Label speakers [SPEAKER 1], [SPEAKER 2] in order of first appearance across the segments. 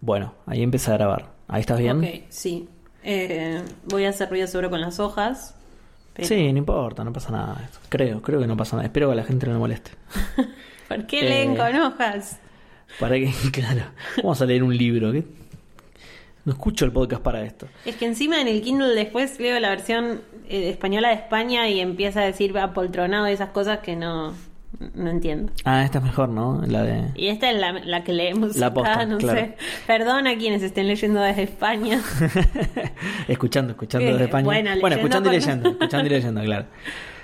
[SPEAKER 1] Bueno, ahí empecé a grabar. ¿Ahí estás bien?
[SPEAKER 2] Ok, sí. Eh, voy a hacer ruido seguro con las hojas. pero-
[SPEAKER 1] Sí, no importa, no pasa nada. Creo, creo que no pasa nada. Espero que a la gente no le moleste.
[SPEAKER 2] ¿Por qué
[SPEAKER 1] Eh.
[SPEAKER 2] leen con hojas?
[SPEAKER 1] Para que, claro, vamos a leer un libro. ¿qué? No escucho el podcast para esto.
[SPEAKER 2] Es que encima en el Kindle después leo la versión eh, española de España y empieza a decir apoltronado y esas cosas que no, no entiendo.
[SPEAKER 1] Ah, esta es mejor, ¿no? La de...
[SPEAKER 2] Y esta es la, la que leemos
[SPEAKER 1] La
[SPEAKER 2] acá,
[SPEAKER 1] posta,
[SPEAKER 2] no
[SPEAKER 1] claro.
[SPEAKER 2] sé. Perdón a quienes estén leyendo desde España.
[SPEAKER 1] escuchando, escuchando
[SPEAKER 2] Eh,
[SPEAKER 1] desde España.
[SPEAKER 2] bueno, leyendo
[SPEAKER 1] escuchando y
[SPEAKER 2] con-
[SPEAKER 1] leyendo, escuchando y leyendo, claro.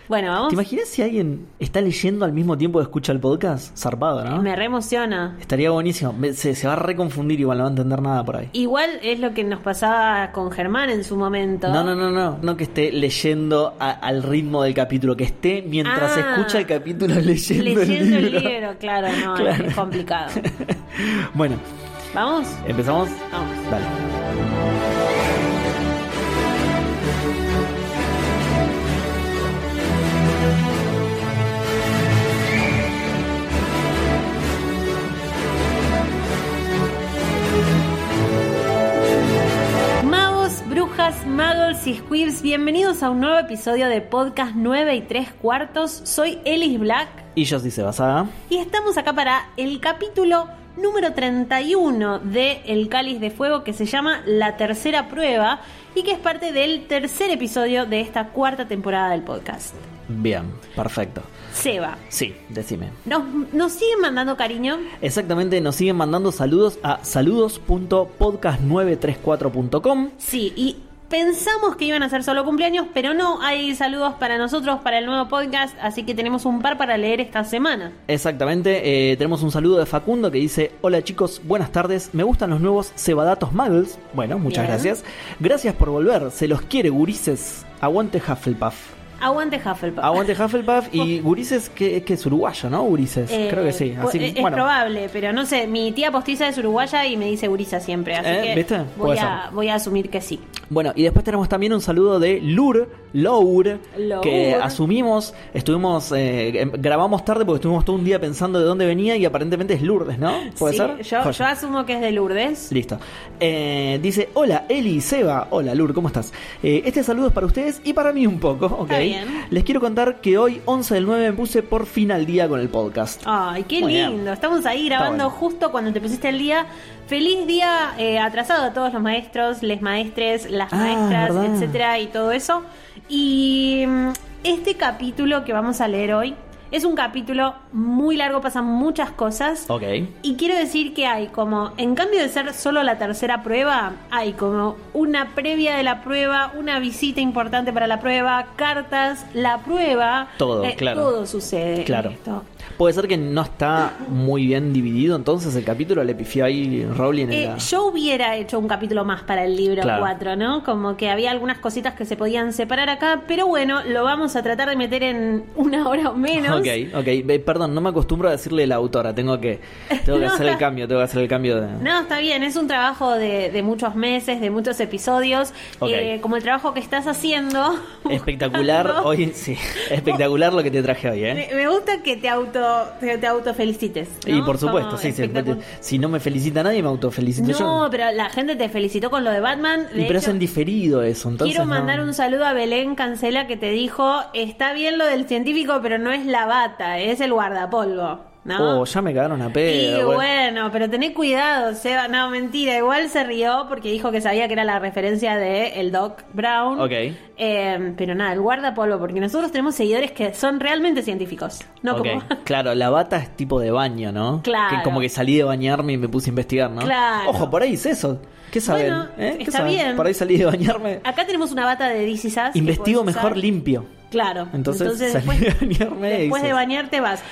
[SPEAKER 2] Bueno,
[SPEAKER 1] ¿Te
[SPEAKER 2] vamos.
[SPEAKER 1] imaginas si alguien está leyendo al mismo tiempo que escucha el podcast? Zarpado, ¿no?
[SPEAKER 2] Me reemociona.
[SPEAKER 1] Estaría buenísimo. Me- Se, se va a reconfundir igual, no va a entender nada por ahí.
[SPEAKER 2] Igual es lo que nos pasaba con Germán en su momento.
[SPEAKER 1] No, no, no, no, no que esté leyendo a- al ritmo del capítulo, que esté mientras
[SPEAKER 2] Ah.
[SPEAKER 1] escucha el capítulo leyendo,
[SPEAKER 2] Leyendo
[SPEAKER 1] el libro.
[SPEAKER 2] claro, no,
[SPEAKER 1] Claro.
[SPEAKER 2] es complicado.
[SPEAKER 1] bueno,
[SPEAKER 2] ¿Vamos?
[SPEAKER 1] empezamos.
[SPEAKER 2] Vamos.
[SPEAKER 1] Dale.
[SPEAKER 2] Magos, brujas, muggles y squibs, bienvenidos a un nuevo episodio de Podcast 9 y 3 cuartos. Soy Ellis Black
[SPEAKER 1] Y yo sí se basaba.
[SPEAKER 2] y estamos acá para el capítulo número 31 de El Cáliz de Fuego que se llama La Tercera Prueba y que es parte del tercer episodio de esta cuarta temporada del podcast.
[SPEAKER 1] Bien, perfecto.
[SPEAKER 2] Seba,
[SPEAKER 1] Sí, decime.
[SPEAKER 2] nos, nos siguen mandando cariño.
[SPEAKER 1] Exactamente, nos siguen mandando saludos a saludos.podcast934.com.
[SPEAKER 2] Sí, y pensamos que iban a ser solo cumpleaños, pero no, hay saludos para nosotros, para el nuevo podcast, así que tenemos un par para leer esta semana.
[SPEAKER 1] Exactamente, eh, tenemos un saludo de Facundo que dice, hola chicos, buenas tardes, me gustan los nuevos cebadatos muggles. Bueno, muchas
[SPEAKER 2] Bien.
[SPEAKER 1] gracias. Gracias por volver, se los quiere, gurises. Aguante Hufflepuff.
[SPEAKER 2] Aguante Hufflepuff.
[SPEAKER 1] Aguante Hufflepuff y gurises que, que es uruguayo, ¿no? Gurises,
[SPEAKER 2] Eh,
[SPEAKER 1] creo que sí. Así,
[SPEAKER 2] pu- es, es
[SPEAKER 1] bueno,
[SPEAKER 2] probable, pero no sé, mi tía postiza es uruguaya y me dice gurisa siempre, así
[SPEAKER 1] Eh,
[SPEAKER 2] que
[SPEAKER 1] ¿viste?
[SPEAKER 2] Voy,
[SPEAKER 1] Puede
[SPEAKER 2] a, voy a asumir que sí.
[SPEAKER 1] Bueno, y después tenemos también un saludo de Lur, Lour,
[SPEAKER 2] Lour.
[SPEAKER 1] que asumimos, estuvimos, eh, em, grabamos tarde porque estuvimos todo un día pensando de dónde venía y aparentemente es Lourdes, ¿no? ¿Puede
[SPEAKER 2] Sí,
[SPEAKER 1] ser?
[SPEAKER 2] Yo,
[SPEAKER 1] Joya.
[SPEAKER 2] yo asumo que es de Lourdes.
[SPEAKER 1] Listo. Eh, dice, hola Eli, Seba, hola Lur, ¿cómo estás? Eh, este saludo es para ustedes y para mí un poco, ¿ok?
[SPEAKER 2] Está bien.
[SPEAKER 1] Les quiero contar que hoy, 11 del 9, me puse por fin al día con el podcast.
[SPEAKER 2] Ay, qué
[SPEAKER 1] Muy bien.
[SPEAKER 2] lindo. Estamos ahí grabando
[SPEAKER 1] bueno.
[SPEAKER 2] justo cuando te pusiste el día. Feliz día eh, atrasado a todos los maestros, les maestres, las
[SPEAKER 1] Ah,
[SPEAKER 2] maestras,
[SPEAKER 1] verdad.
[SPEAKER 2] etcétera, y todo eso. Y mm, este capítulo que vamos a leer hoy es un capítulo muy largo, pasan muchas cosas.
[SPEAKER 1] Ok.
[SPEAKER 2] Y quiero decir que hay como, en cambio de ser solo la tercera prueba, hay como una previa de la prueba, una visita importante para la prueba, cartas, la prueba. eh,
[SPEAKER 1] Todo, claro.
[SPEAKER 2] Todo sucede. en
[SPEAKER 1] Claro.
[SPEAKER 2] esto.
[SPEAKER 1] Puede ser que no está muy bien dividido, entonces el capítulo le pifió ahí Rowling en
[SPEAKER 2] Eh,
[SPEAKER 1] la...
[SPEAKER 2] yo hubiera hecho un capítulo más para el libro
[SPEAKER 1] Claro.
[SPEAKER 2] 4, ¿no? Como que había algunas cositas que se podían separar acá, pero bueno, lo vamos a tratar de meter en una hora o menos.
[SPEAKER 1] Ok, ok. Ve, Perdón, no me acostumbro a decirle la autora. Tengo que, tengo que
[SPEAKER 2] No,
[SPEAKER 1] hacer el
[SPEAKER 2] está-
[SPEAKER 1] cambio, tengo que hacer el cambio de...
[SPEAKER 2] No, está bien, es un trabajo de, de muchos meses, de muchos episodios,
[SPEAKER 1] Ok.
[SPEAKER 2] Eh, como el trabajo que estás haciendo.
[SPEAKER 1] Espectacular
[SPEAKER 2] buscando.
[SPEAKER 1] hoy, sí. Espectacular lo que te traje hoy, ¿eh?
[SPEAKER 2] Me, me gusta que te auto te, te autofelicites. ¿no?
[SPEAKER 1] Y por supuesto,
[SPEAKER 2] Como
[SPEAKER 1] sí, sí.
[SPEAKER 2] espectacu-
[SPEAKER 1] Si no me felicita nadie, me autofelicito
[SPEAKER 2] No,
[SPEAKER 1] yo.
[SPEAKER 2] pero la gente te felicitó con lo de Batman. De
[SPEAKER 1] y pero es
[SPEAKER 2] hecho,
[SPEAKER 1] en diferido eso, entonces.
[SPEAKER 2] quiero
[SPEAKER 1] no.
[SPEAKER 2] mandar un saludo a Belén Cancela que te dijo, está bien lo del científico, pero no es la bata, es el guardapolvo. ¿no?
[SPEAKER 1] Oh, ya me cagaron a pedo.
[SPEAKER 2] Y
[SPEAKER 1] bueno.
[SPEAKER 2] bueno, pero tené cuidado, Seba. No, mentira. Igual se rió porque dijo que sabía que era la referencia de el Doc Brown.
[SPEAKER 1] Ok.
[SPEAKER 2] Eh, pero nada, el guardapolvo, porque nosotros tenemos seguidores que son realmente científicos. No
[SPEAKER 1] Ok.
[SPEAKER 2] como.
[SPEAKER 1] Claro, la bata es tipo de baño, ¿no?
[SPEAKER 2] Claro.
[SPEAKER 1] Que como que salí de bañarme y me puse a investigar, ¿no?
[SPEAKER 2] Claro.
[SPEAKER 1] Ojo, por ahí es eso. ¿Qué saben?
[SPEAKER 2] Bueno,
[SPEAKER 1] eh? ¿Qué
[SPEAKER 2] está
[SPEAKER 1] saben?
[SPEAKER 2] bien.
[SPEAKER 1] Por ahí salí de bañarme.
[SPEAKER 2] Acá tenemos una bata de DC Sass. que
[SPEAKER 1] Investigo
[SPEAKER 2] podés
[SPEAKER 1] mejor
[SPEAKER 2] usar.
[SPEAKER 1] limpio.
[SPEAKER 2] Claro.
[SPEAKER 1] Entonces, salí
[SPEAKER 2] después,
[SPEAKER 1] de bañarme y
[SPEAKER 2] después de
[SPEAKER 1] dices-
[SPEAKER 2] bañarte vas.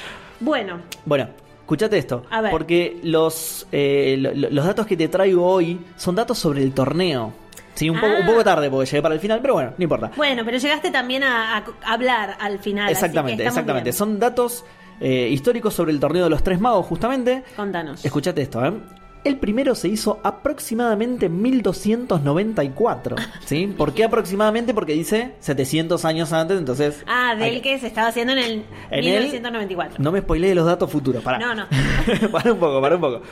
[SPEAKER 2] Bueno,
[SPEAKER 1] Bueno, escuchate esto.
[SPEAKER 2] A ver.
[SPEAKER 1] Porque los, eh, lo- lo- los datos que te traigo hoy son datos sobre el torneo. Sí, un, poco,
[SPEAKER 2] Ah.
[SPEAKER 1] un poco tarde porque llegué para el final, pero bueno, no importa.
[SPEAKER 2] bueno, pero llegaste también a, a hablar al final. así que
[SPEAKER 1] exactamente,
[SPEAKER 2] estamos
[SPEAKER 1] exactamente.
[SPEAKER 2] bien.
[SPEAKER 1] Son datos eh, históricos sobre el torneo de los tres magos, justamente.
[SPEAKER 2] Contanos.
[SPEAKER 1] Escuchate esto, ¿eh? El primero se hizo aproximadamente en 1294. ¿Sí? ¿Por qué aproximadamente? Porque dice 700 años antes, entonces.
[SPEAKER 2] Ah, del
[SPEAKER 1] hay-
[SPEAKER 2] que se estaba haciendo en el
[SPEAKER 1] En el-
[SPEAKER 2] 1994.
[SPEAKER 1] No me spoileé los datos futuros, pará.
[SPEAKER 2] No, no.
[SPEAKER 1] para un poco, para un poco.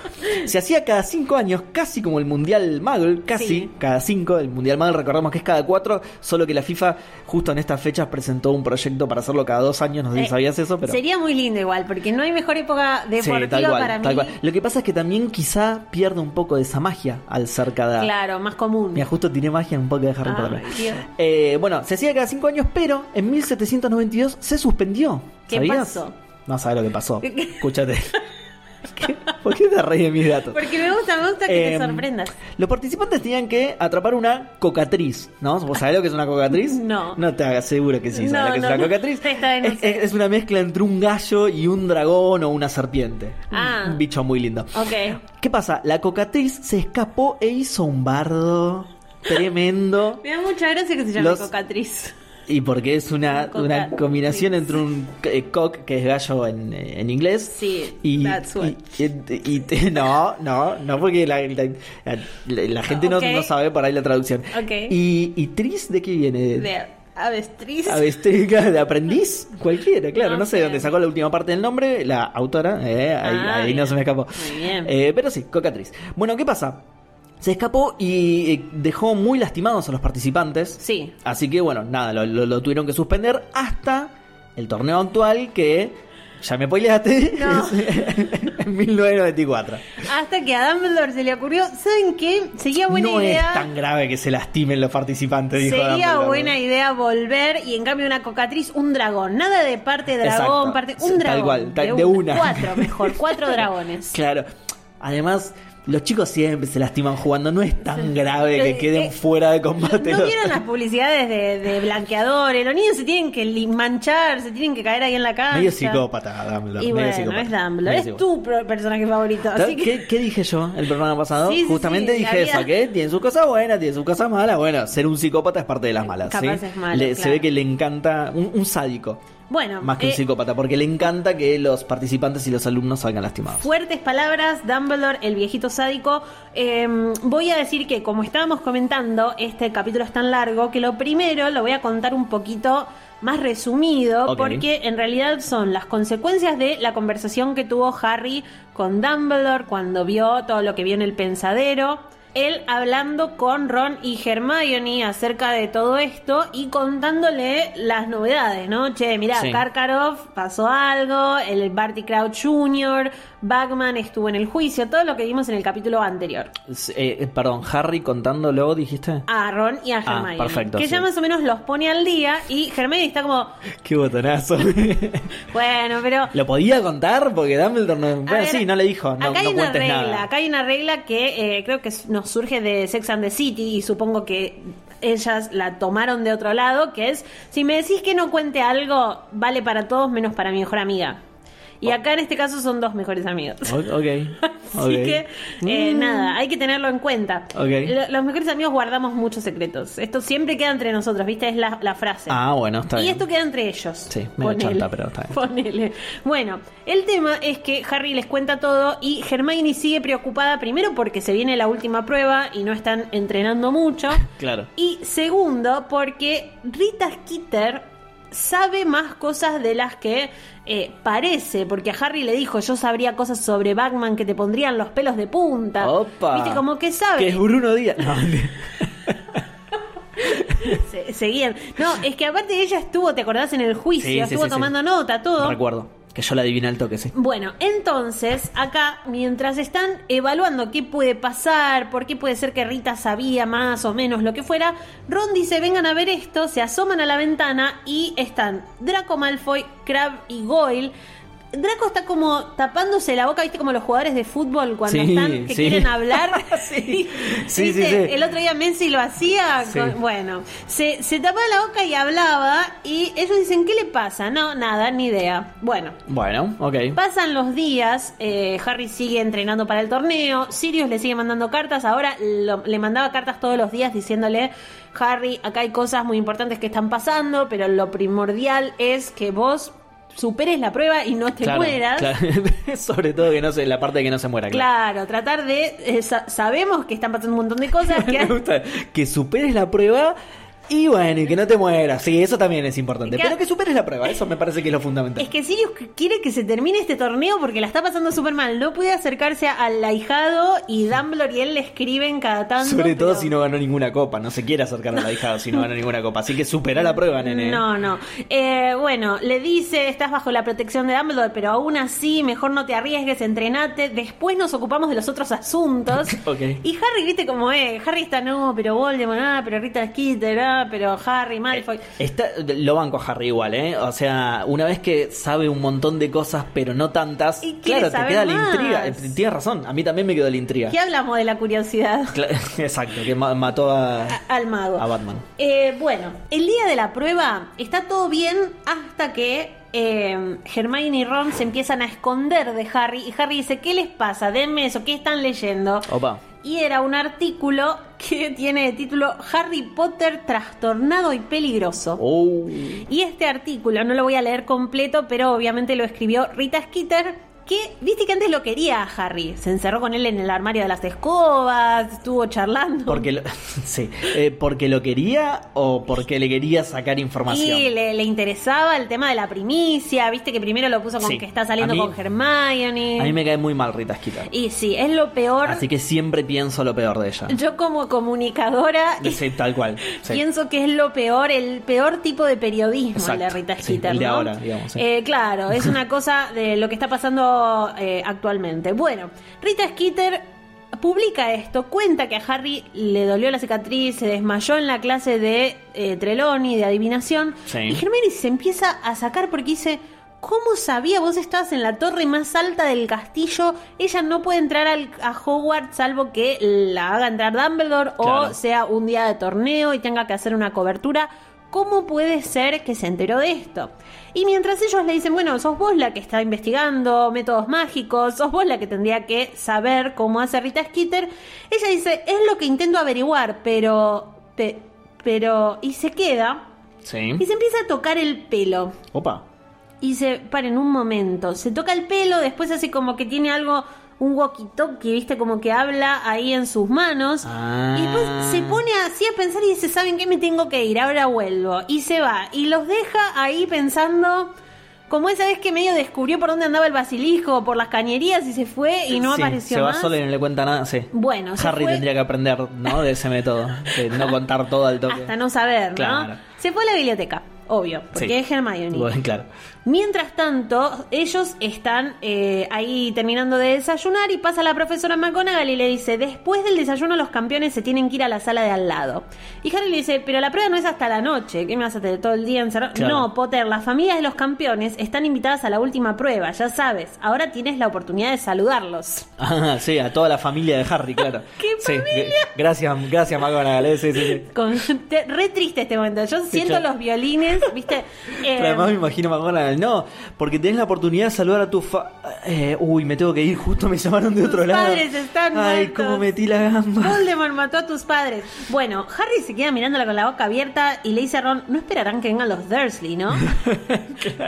[SPEAKER 1] Se hacía cada cinco años, casi como el Mundial Muggle, casi
[SPEAKER 2] Sí.
[SPEAKER 1] cada cinco. El Mundial Muggle recordamos que es cada cuatro, solo que la FIFA justo en estas fechas presentó un proyecto para hacerlo cada dos años. No sé si
[SPEAKER 2] Eh,
[SPEAKER 1] sabías eso, pero.
[SPEAKER 2] Sería muy lindo igual, porque no hay mejor época
[SPEAKER 1] Sí,
[SPEAKER 2] deportiva
[SPEAKER 1] tal cual,
[SPEAKER 2] para
[SPEAKER 1] tal
[SPEAKER 2] mí.
[SPEAKER 1] cual. Lo que pasa es que también quizá pierde un poco de esa magia al ser cada.
[SPEAKER 2] Claro, más común.
[SPEAKER 1] Mira, justo tiré magia en un poco de Harry
[SPEAKER 2] Ay,
[SPEAKER 1] Potter.
[SPEAKER 2] Dios.
[SPEAKER 1] Eh, bueno, se hacía cada cinco años, pero en 1792 se suspendió.
[SPEAKER 2] ¿Qué
[SPEAKER 1] ¿Sabías?
[SPEAKER 2] pasó?
[SPEAKER 1] No sabes lo que pasó. Escúchate. ¿Qué? ¿Por qué te reís de mis datos?
[SPEAKER 2] Porque me gusta, me gusta que
[SPEAKER 1] Em,
[SPEAKER 2] te sorprendas.
[SPEAKER 1] Los participantes tenían que atrapar una cocatriz, ¿no? ¿Vos sabés lo que es una cocatriz?
[SPEAKER 2] No.
[SPEAKER 1] No te hagas seguro que sí,
[SPEAKER 2] No,
[SPEAKER 1] sabés lo que
[SPEAKER 2] no,
[SPEAKER 1] es una
[SPEAKER 2] no.
[SPEAKER 1] cocatriz.
[SPEAKER 2] Esta vez no
[SPEAKER 1] es, es una mezcla entre un gallo y un dragón o una serpiente. Un-
[SPEAKER 2] Ah.
[SPEAKER 1] Un bicho muy lindo.
[SPEAKER 2] Ok.
[SPEAKER 1] ¿Qué pasa? La cocatriz se escapó e hizo un bardo tremendo.
[SPEAKER 2] Me da mucha gracia que se llame
[SPEAKER 1] Los-
[SPEAKER 2] Cocatriz.
[SPEAKER 1] Y porque es una,
[SPEAKER 2] Coca-
[SPEAKER 1] una combinación entre un eh, cock, que es gallo en, eh, en inglés.
[SPEAKER 2] Sí,
[SPEAKER 1] y,
[SPEAKER 2] that's what-
[SPEAKER 1] y- y- y te- no, no, no, porque la, la- la- la gente no-
[SPEAKER 2] Ok.
[SPEAKER 1] no, sabe por ahí la traducción.
[SPEAKER 2] Ok.
[SPEAKER 1] Y, y tris, ¿de qué viene?
[SPEAKER 2] De avestriz.
[SPEAKER 1] Avestruz, claro, de aprendiz, cualquiera, claro,
[SPEAKER 2] No
[SPEAKER 1] no, sé
[SPEAKER 2] sé.
[SPEAKER 1] dónde sacó la última parte del nombre, la autora, eh, ahí,
[SPEAKER 2] Ah,
[SPEAKER 1] ahí
[SPEAKER 2] bien.
[SPEAKER 1] no se me escapó.
[SPEAKER 2] Muy bien.
[SPEAKER 1] Eh, pero sí, cocatriz. Bueno, ¿qué pasa? Se escapó y eh, dejó muy lastimados a los participantes.
[SPEAKER 2] Sí.
[SPEAKER 1] Así que bueno, nada, lo, lo- lo tuvieron que suspender hasta el torneo actual que ya me poileaste
[SPEAKER 2] No.
[SPEAKER 1] en 1994.
[SPEAKER 2] Hasta que a Dumbledore se le ocurrió, ¿saben qué? Sería buena
[SPEAKER 1] no
[SPEAKER 2] idea.
[SPEAKER 1] es tan grave que se lastimen los participantes, dijo
[SPEAKER 2] Sería
[SPEAKER 1] Dumbledore.
[SPEAKER 2] buena idea volver y en cambio una cocatriz, un dragón. Nada de parte dragón,
[SPEAKER 1] Exacto.
[SPEAKER 2] parte
[SPEAKER 1] Sí,
[SPEAKER 2] un dragón.
[SPEAKER 1] tal cual, tal- de
[SPEAKER 2] un-
[SPEAKER 1] una.
[SPEAKER 2] Cuatro, mejor, cuatro dragones.
[SPEAKER 1] Claro. Además, los chicos siempre se lastiman jugando, no es tan grave que
[SPEAKER 2] Eh,
[SPEAKER 1] queden
[SPEAKER 2] eh,
[SPEAKER 1] fuera de combate.
[SPEAKER 2] ¿No
[SPEAKER 1] los-
[SPEAKER 2] vieron las publicidades de, de blanqueadores? Los niños se tienen que li- manchar, se tienen que caer ahí en la cancha.
[SPEAKER 1] Medio psicópata, Dumbledore.
[SPEAKER 2] Y
[SPEAKER 1] medio
[SPEAKER 2] bueno,
[SPEAKER 1] psicópata.
[SPEAKER 2] es
[SPEAKER 1] Medio
[SPEAKER 2] Dumbledore. Es
[SPEAKER 1] psicópata.
[SPEAKER 2] tu pro- personaje favorito. Así que...
[SPEAKER 1] ¿Qué, qué dije yo el programa pasado?
[SPEAKER 2] Sí, sí,
[SPEAKER 1] Justamente
[SPEAKER 2] sí, la
[SPEAKER 1] dije eso,
[SPEAKER 2] vida.
[SPEAKER 1] que tiene sus cosas buenas, tiene sus cosas malas. Bueno, ser un psicópata es parte de las malas. ¿sí?
[SPEAKER 2] Eh, Capaz es malo,
[SPEAKER 1] Le- Se
[SPEAKER 2] claro.
[SPEAKER 1] ve que le encanta un, un sádico,
[SPEAKER 2] Bueno,
[SPEAKER 1] más que un
[SPEAKER 2] eh,
[SPEAKER 1] psicópata, porque le encanta que los participantes y los alumnos salgan lastimados.
[SPEAKER 2] Fuertes palabras, Dumbledore, el viejito sádico. Eh, voy a decir que, como estábamos comentando, este capítulo es tan largo que lo primero lo voy a contar un poquito más resumido,
[SPEAKER 1] Ok.
[SPEAKER 2] porque en realidad son las consecuencias de la conversación que tuvo Harry con Dumbledore cuando vio todo lo que vio en el pensadero. Él hablando con Ron y Hermione acerca de todo esto y contándole las novedades, ¿no? Che, mirá,
[SPEAKER 1] Sí.
[SPEAKER 2] Car- Karkaroff pasó algo, el Barty Crouch Jr., Bagman estuvo en el juicio, todo lo que vimos en el capítulo anterior.
[SPEAKER 1] S- eh, eh, perdón, Harry contándolo, dijiste.
[SPEAKER 2] A Ron y a
[SPEAKER 1] Ah,
[SPEAKER 2] Hermione.
[SPEAKER 1] perfecto,
[SPEAKER 2] que ya
[SPEAKER 1] sí.
[SPEAKER 2] más o menos los pone al día y Hermione está como,
[SPEAKER 1] Qué botonazo.
[SPEAKER 2] bueno, pero...
[SPEAKER 1] ¿Lo podía contar? Porque Dumbledore no.
[SPEAKER 2] a
[SPEAKER 1] Bueno,
[SPEAKER 2] ver,
[SPEAKER 1] sí, no le dijo. No,
[SPEAKER 2] acá hay
[SPEAKER 1] no
[SPEAKER 2] una
[SPEAKER 1] cuentes
[SPEAKER 2] regla,
[SPEAKER 1] nada.
[SPEAKER 2] acá hay una regla que eh, creo que nos surge de Sex and the City y supongo que ellas la tomaron de otro lado, que es, si me decís que no cuente algo, vale para todos menos para mi mejor amiga.
[SPEAKER 1] Oh.
[SPEAKER 2] Y acá en este caso son dos mejores amigos.
[SPEAKER 1] O- Ok.
[SPEAKER 2] Así
[SPEAKER 1] Oh, ok. Mm.
[SPEAKER 2] que, eh, nada, hay que tenerlo en cuenta.
[SPEAKER 1] Ok.
[SPEAKER 2] Lo- Los mejores amigos guardamos muchos secretos. Esto siempre queda entre nosotros, ¿viste? Es la, la frase.
[SPEAKER 1] Ah, bueno, está
[SPEAKER 2] y
[SPEAKER 1] bien.
[SPEAKER 2] esto queda entre ellos.
[SPEAKER 1] Sí, medio
[SPEAKER 2] Ponele.
[SPEAKER 1] chanta, pero está bien.
[SPEAKER 2] Ponele. Bueno, el tema es que Harry les cuenta todo y Hermione sigue preocupada, primero porque se viene la última prueba y no están entrenando mucho.
[SPEAKER 1] Claro.
[SPEAKER 2] Y segundo, porque Rita Skeeter sabe más cosas de las que eh, parece, porque a Harry le dijo, yo sabría cosas sobre Batman que te pondrían los pelos de punta.
[SPEAKER 1] Opa.
[SPEAKER 2] Viste, como que sabe.
[SPEAKER 1] Que es Bruno Díaz. No,
[SPEAKER 2] Se- seguían. No, es que aparte ella estuvo, ¿te acordás? En el juicio,
[SPEAKER 1] Sí, sí,
[SPEAKER 2] estuvo
[SPEAKER 1] sí, sí.
[SPEAKER 2] tomando nota, todo.
[SPEAKER 1] Recuerdo. Que yo la adiviné al toque, sí.
[SPEAKER 2] Bueno, entonces acá, mientras están evaluando qué puede pasar, por qué puede ser que Rita sabía más o menos lo que fuera, Ron dice, vengan a ver esto, se asoman a la ventana y están Draco Malfoy, Crab y Goyle. Draco está como tapándose la boca, viste como los jugadores de fútbol cuando
[SPEAKER 1] Sí,
[SPEAKER 2] están que
[SPEAKER 1] sí.
[SPEAKER 2] quieren hablar.
[SPEAKER 1] Sí. Sí,
[SPEAKER 2] ¿Viste?
[SPEAKER 1] sí, sí.
[SPEAKER 2] El otro día Messi lo hacía.
[SPEAKER 1] Sí.
[SPEAKER 2] con- bueno, se, se tapaba la boca y hablaba y ellos dicen, ¿qué le pasa? No, nada, ni idea. Bueno,
[SPEAKER 1] Bueno, ok.
[SPEAKER 2] Pasan los días, eh, Harry sigue entrenando para el torneo, Sirius le sigue mandando cartas, ahora lo- le mandaba cartas todos los días diciéndole, Harry, acá hay cosas muy importantes que están pasando, pero lo primordial es que vos superes la prueba y no te
[SPEAKER 1] Claro,
[SPEAKER 2] mueras. Claro.
[SPEAKER 1] claro. Sobre todo que no se, la parte de que no se muera, claro.
[SPEAKER 2] tratar de... eh, sa- sabemos que están pasando un montón de cosas que...
[SPEAKER 1] Me gusta que superes la prueba y bueno, y que no te mueras. Sí, eso también es importante.
[SPEAKER 2] Que-
[SPEAKER 1] Pero que superes la prueba, eso me parece que es lo fundamental.
[SPEAKER 2] Es que Sirius qu- quiere que se termine este torneo porque la está pasando súper mal. No puede acercarse a- al ahijado y Dumbledore y él le escriben cada tanto.
[SPEAKER 1] Sobre todo
[SPEAKER 2] pero-
[SPEAKER 1] si no ganó ninguna copa. No se quiere acercar al ahijado si no ganó ninguna copa. Así que supera la prueba, nene.
[SPEAKER 2] No, no. Eh, bueno, le dice, estás bajo la protección de Dumbledore, pero aún así, mejor no te arriesgues, entrenate. Después nos ocupamos de los otros asuntos.
[SPEAKER 1] Ok.
[SPEAKER 2] Y Harry, viste como es. Harry está, no, pero Voldemort, ah, pero Rita Skeeter, ah, pero Harry, Malfoy.
[SPEAKER 1] Está, lo banco a Harry igual, ¿eh? O sea, una vez que sabe un montón de cosas, pero no tantas,
[SPEAKER 2] Y quiere
[SPEAKER 1] claro, te
[SPEAKER 2] saber
[SPEAKER 1] queda la
[SPEAKER 2] más.
[SPEAKER 1] intriga. Eh, Tienes razón, a mí también me quedó la intriga.
[SPEAKER 2] ¿Qué hablamos de la curiosidad?
[SPEAKER 1] Cla- Exacto, que ma- mató a,
[SPEAKER 2] A- Al mago.
[SPEAKER 1] a Batman.
[SPEAKER 2] Eh, bueno, el día de la prueba está todo bien hasta que eh, Hermione y Ron se empiezan a esconder de Harry y Harry dice, ¿qué les pasa? Denme eso, ¿qué están leyendo?
[SPEAKER 1] Opa.
[SPEAKER 2] Y era un artículo que tiene de título Harry Potter trastornado y peligroso.
[SPEAKER 1] Oh.
[SPEAKER 2] Y este artículo, no lo voy a leer completo, pero obviamente lo escribió Rita Skeeter, que viste que antes lo quería a Harry. Se encerró con él en el armario de las escobas, estuvo charlando.
[SPEAKER 1] Porque lo, sí, eh, porque lo quería o porque le quería sacar información.
[SPEAKER 2] Y le, le interesaba el tema de la primicia, viste que primero lo puso con
[SPEAKER 1] Sí.
[SPEAKER 2] que está saliendo
[SPEAKER 1] A mí-
[SPEAKER 2] con Hermione.
[SPEAKER 1] A mí me cae muy mal Rita Skeeter.
[SPEAKER 2] Y sí, es lo peor.
[SPEAKER 1] Así que siempre pienso lo peor de ella.
[SPEAKER 2] Yo como comunicadora
[SPEAKER 1] Sí, tal cual. sí.
[SPEAKER 2] pienso que es lo peor, el peor tipo de periodismo el de
[SPEAKER 1] Exacto,
[SPEAKER 2] Rita
[SPEAKER 1] sí,
[SPEAKER 2] Skeeter.
[SPEAKER 1] el de
[SPEAKER 2] ¿no?
[SPEAKER 1] ahora, digamos, sí.
[SPEAKER 2] Eh, claro, es una cosa de lo que está pasando eh, actualmente. Bueno, Rita Skeeter publica esto, cuenta que a Harry le dolió la cicatriz, se desmayó en la clase de eh, Trelawney, de adivinación,
[SPEAKER 1] Sí.
[SPEAKER 2] y Hermione se empieza a sacar porque dice... ¿Cómo sabía? Vos estabas en la torre más alta del castillo. Ella no puede entrar al- a Hogwarts salvo que la haga entrar Dumbledore o
[SPEAKER 1] Claro.
[SPEAKER 2] sea un día de torneo y tenga que hacer una cobertura, ¿cómo puede ser que se enteró de esto? Y mientras ellos le dicen, bueno, sos vos la que está investigando métodos mágicos, sos vos la que tendría que saber cómo hace Rita Skeeter, ella dice, es lo que intento averiguar, pero... pe- pero... Y se queda
[SPEAKER 1] Sí.
[SPEAKER 2] y se empieza a tocar el pelo.
[SPEAKER 1] Opa.
[SPEAKER 2] Y se paren un momento. Se toca el pelo, después hace como que tiene algo, un walkie-talkie, ¿viste? Como que habla ahí en sus manos.
[SPEAKER 1] Ah.
[SPEAKER 2] Y después se pone así a pensar y dice, ¿saben qué? Me tengo que ir, ahora vuelvo. Y se va. Y los deja ahí pensando... Como esa vez que medio descubrió por dónde andaba el basilisco, por las cañerías y se fue y no
[SPEAKER 1] Sí,
[SPEAKER 2] apareció
[SPEAKER 1] Se va
[SPEAKER 2] más.
[SPEAKER 1] solo y no le cuenta nada. Sí.
[SPEAKER 2] Bueno, se
[SPEAKER 1] Harry
[SPEAKER 2] fue-
[SPEAKER 1] tendría que aprender, ¿no? De ese método. De no contar todo al toque.
[SPEAKER 2] Hasta no saber, ¿no?
[SPEAKER 1] Claro.
[SPEAKER 2] Se fue a la biblioteca, obvio, porque
[SPEAKER 1] Sí.
[SPEAKER 2] es Hermione.
[SPEAKER 1] Bueno, claro.
[SPEAKER 2] Mientras tanto, ellos están eh, ahí terminando de desayunar y pasa la profesora McGonagall y le dice, después del desayuno los campeones se tienen que ir a la sala de al lado. Y Harry le dice, pero la prueba no es hasta la noche, ¿qué me vas a tener todo el día encerrado?
[SPEAKER 1] Claro.
[SPEAKER 2] No, Potter, las familias de los campeones están invitadas a la última prueba, ya sabes, ahora tienes la oportunidad de saludarlos.
[SPEAKER 1] Ah, sí, a toda la familia de Harry, claro.
[SPEAKER 2] ¿Qué
[SPEAKER 1] Sí, gr- gracias, gracias, McGonagall. eh, Sí, sí, sí.
[SPEAKER 2] Con- te- re triste este momento, yo siento
[SPEAKER 1] claro.
[SPEAKER 2] los violines, viste... Eh,
[SPEAKER 1] Pero además me imagino a McGonagall. No, porque tenés la oportunidad de saludar a tu fa... eh, uy, me tengo que ir, justo me llamaron de otro
[SPEAKER 2] Tus
[SPEAKER 1] lado.
[SPEAKER 2] padres están
[SPEAKER 1] Ay,
[SPEAKER 2] muertos.
[SPEAKER 1] cómo metí la gamba.
[SPEAKER 2] Voldemort mató a tus padres. Bueno, Harry se queda mirándola con la boca abierta y le dice a Ron, no esperarán que vengan los Dursley, ¿no?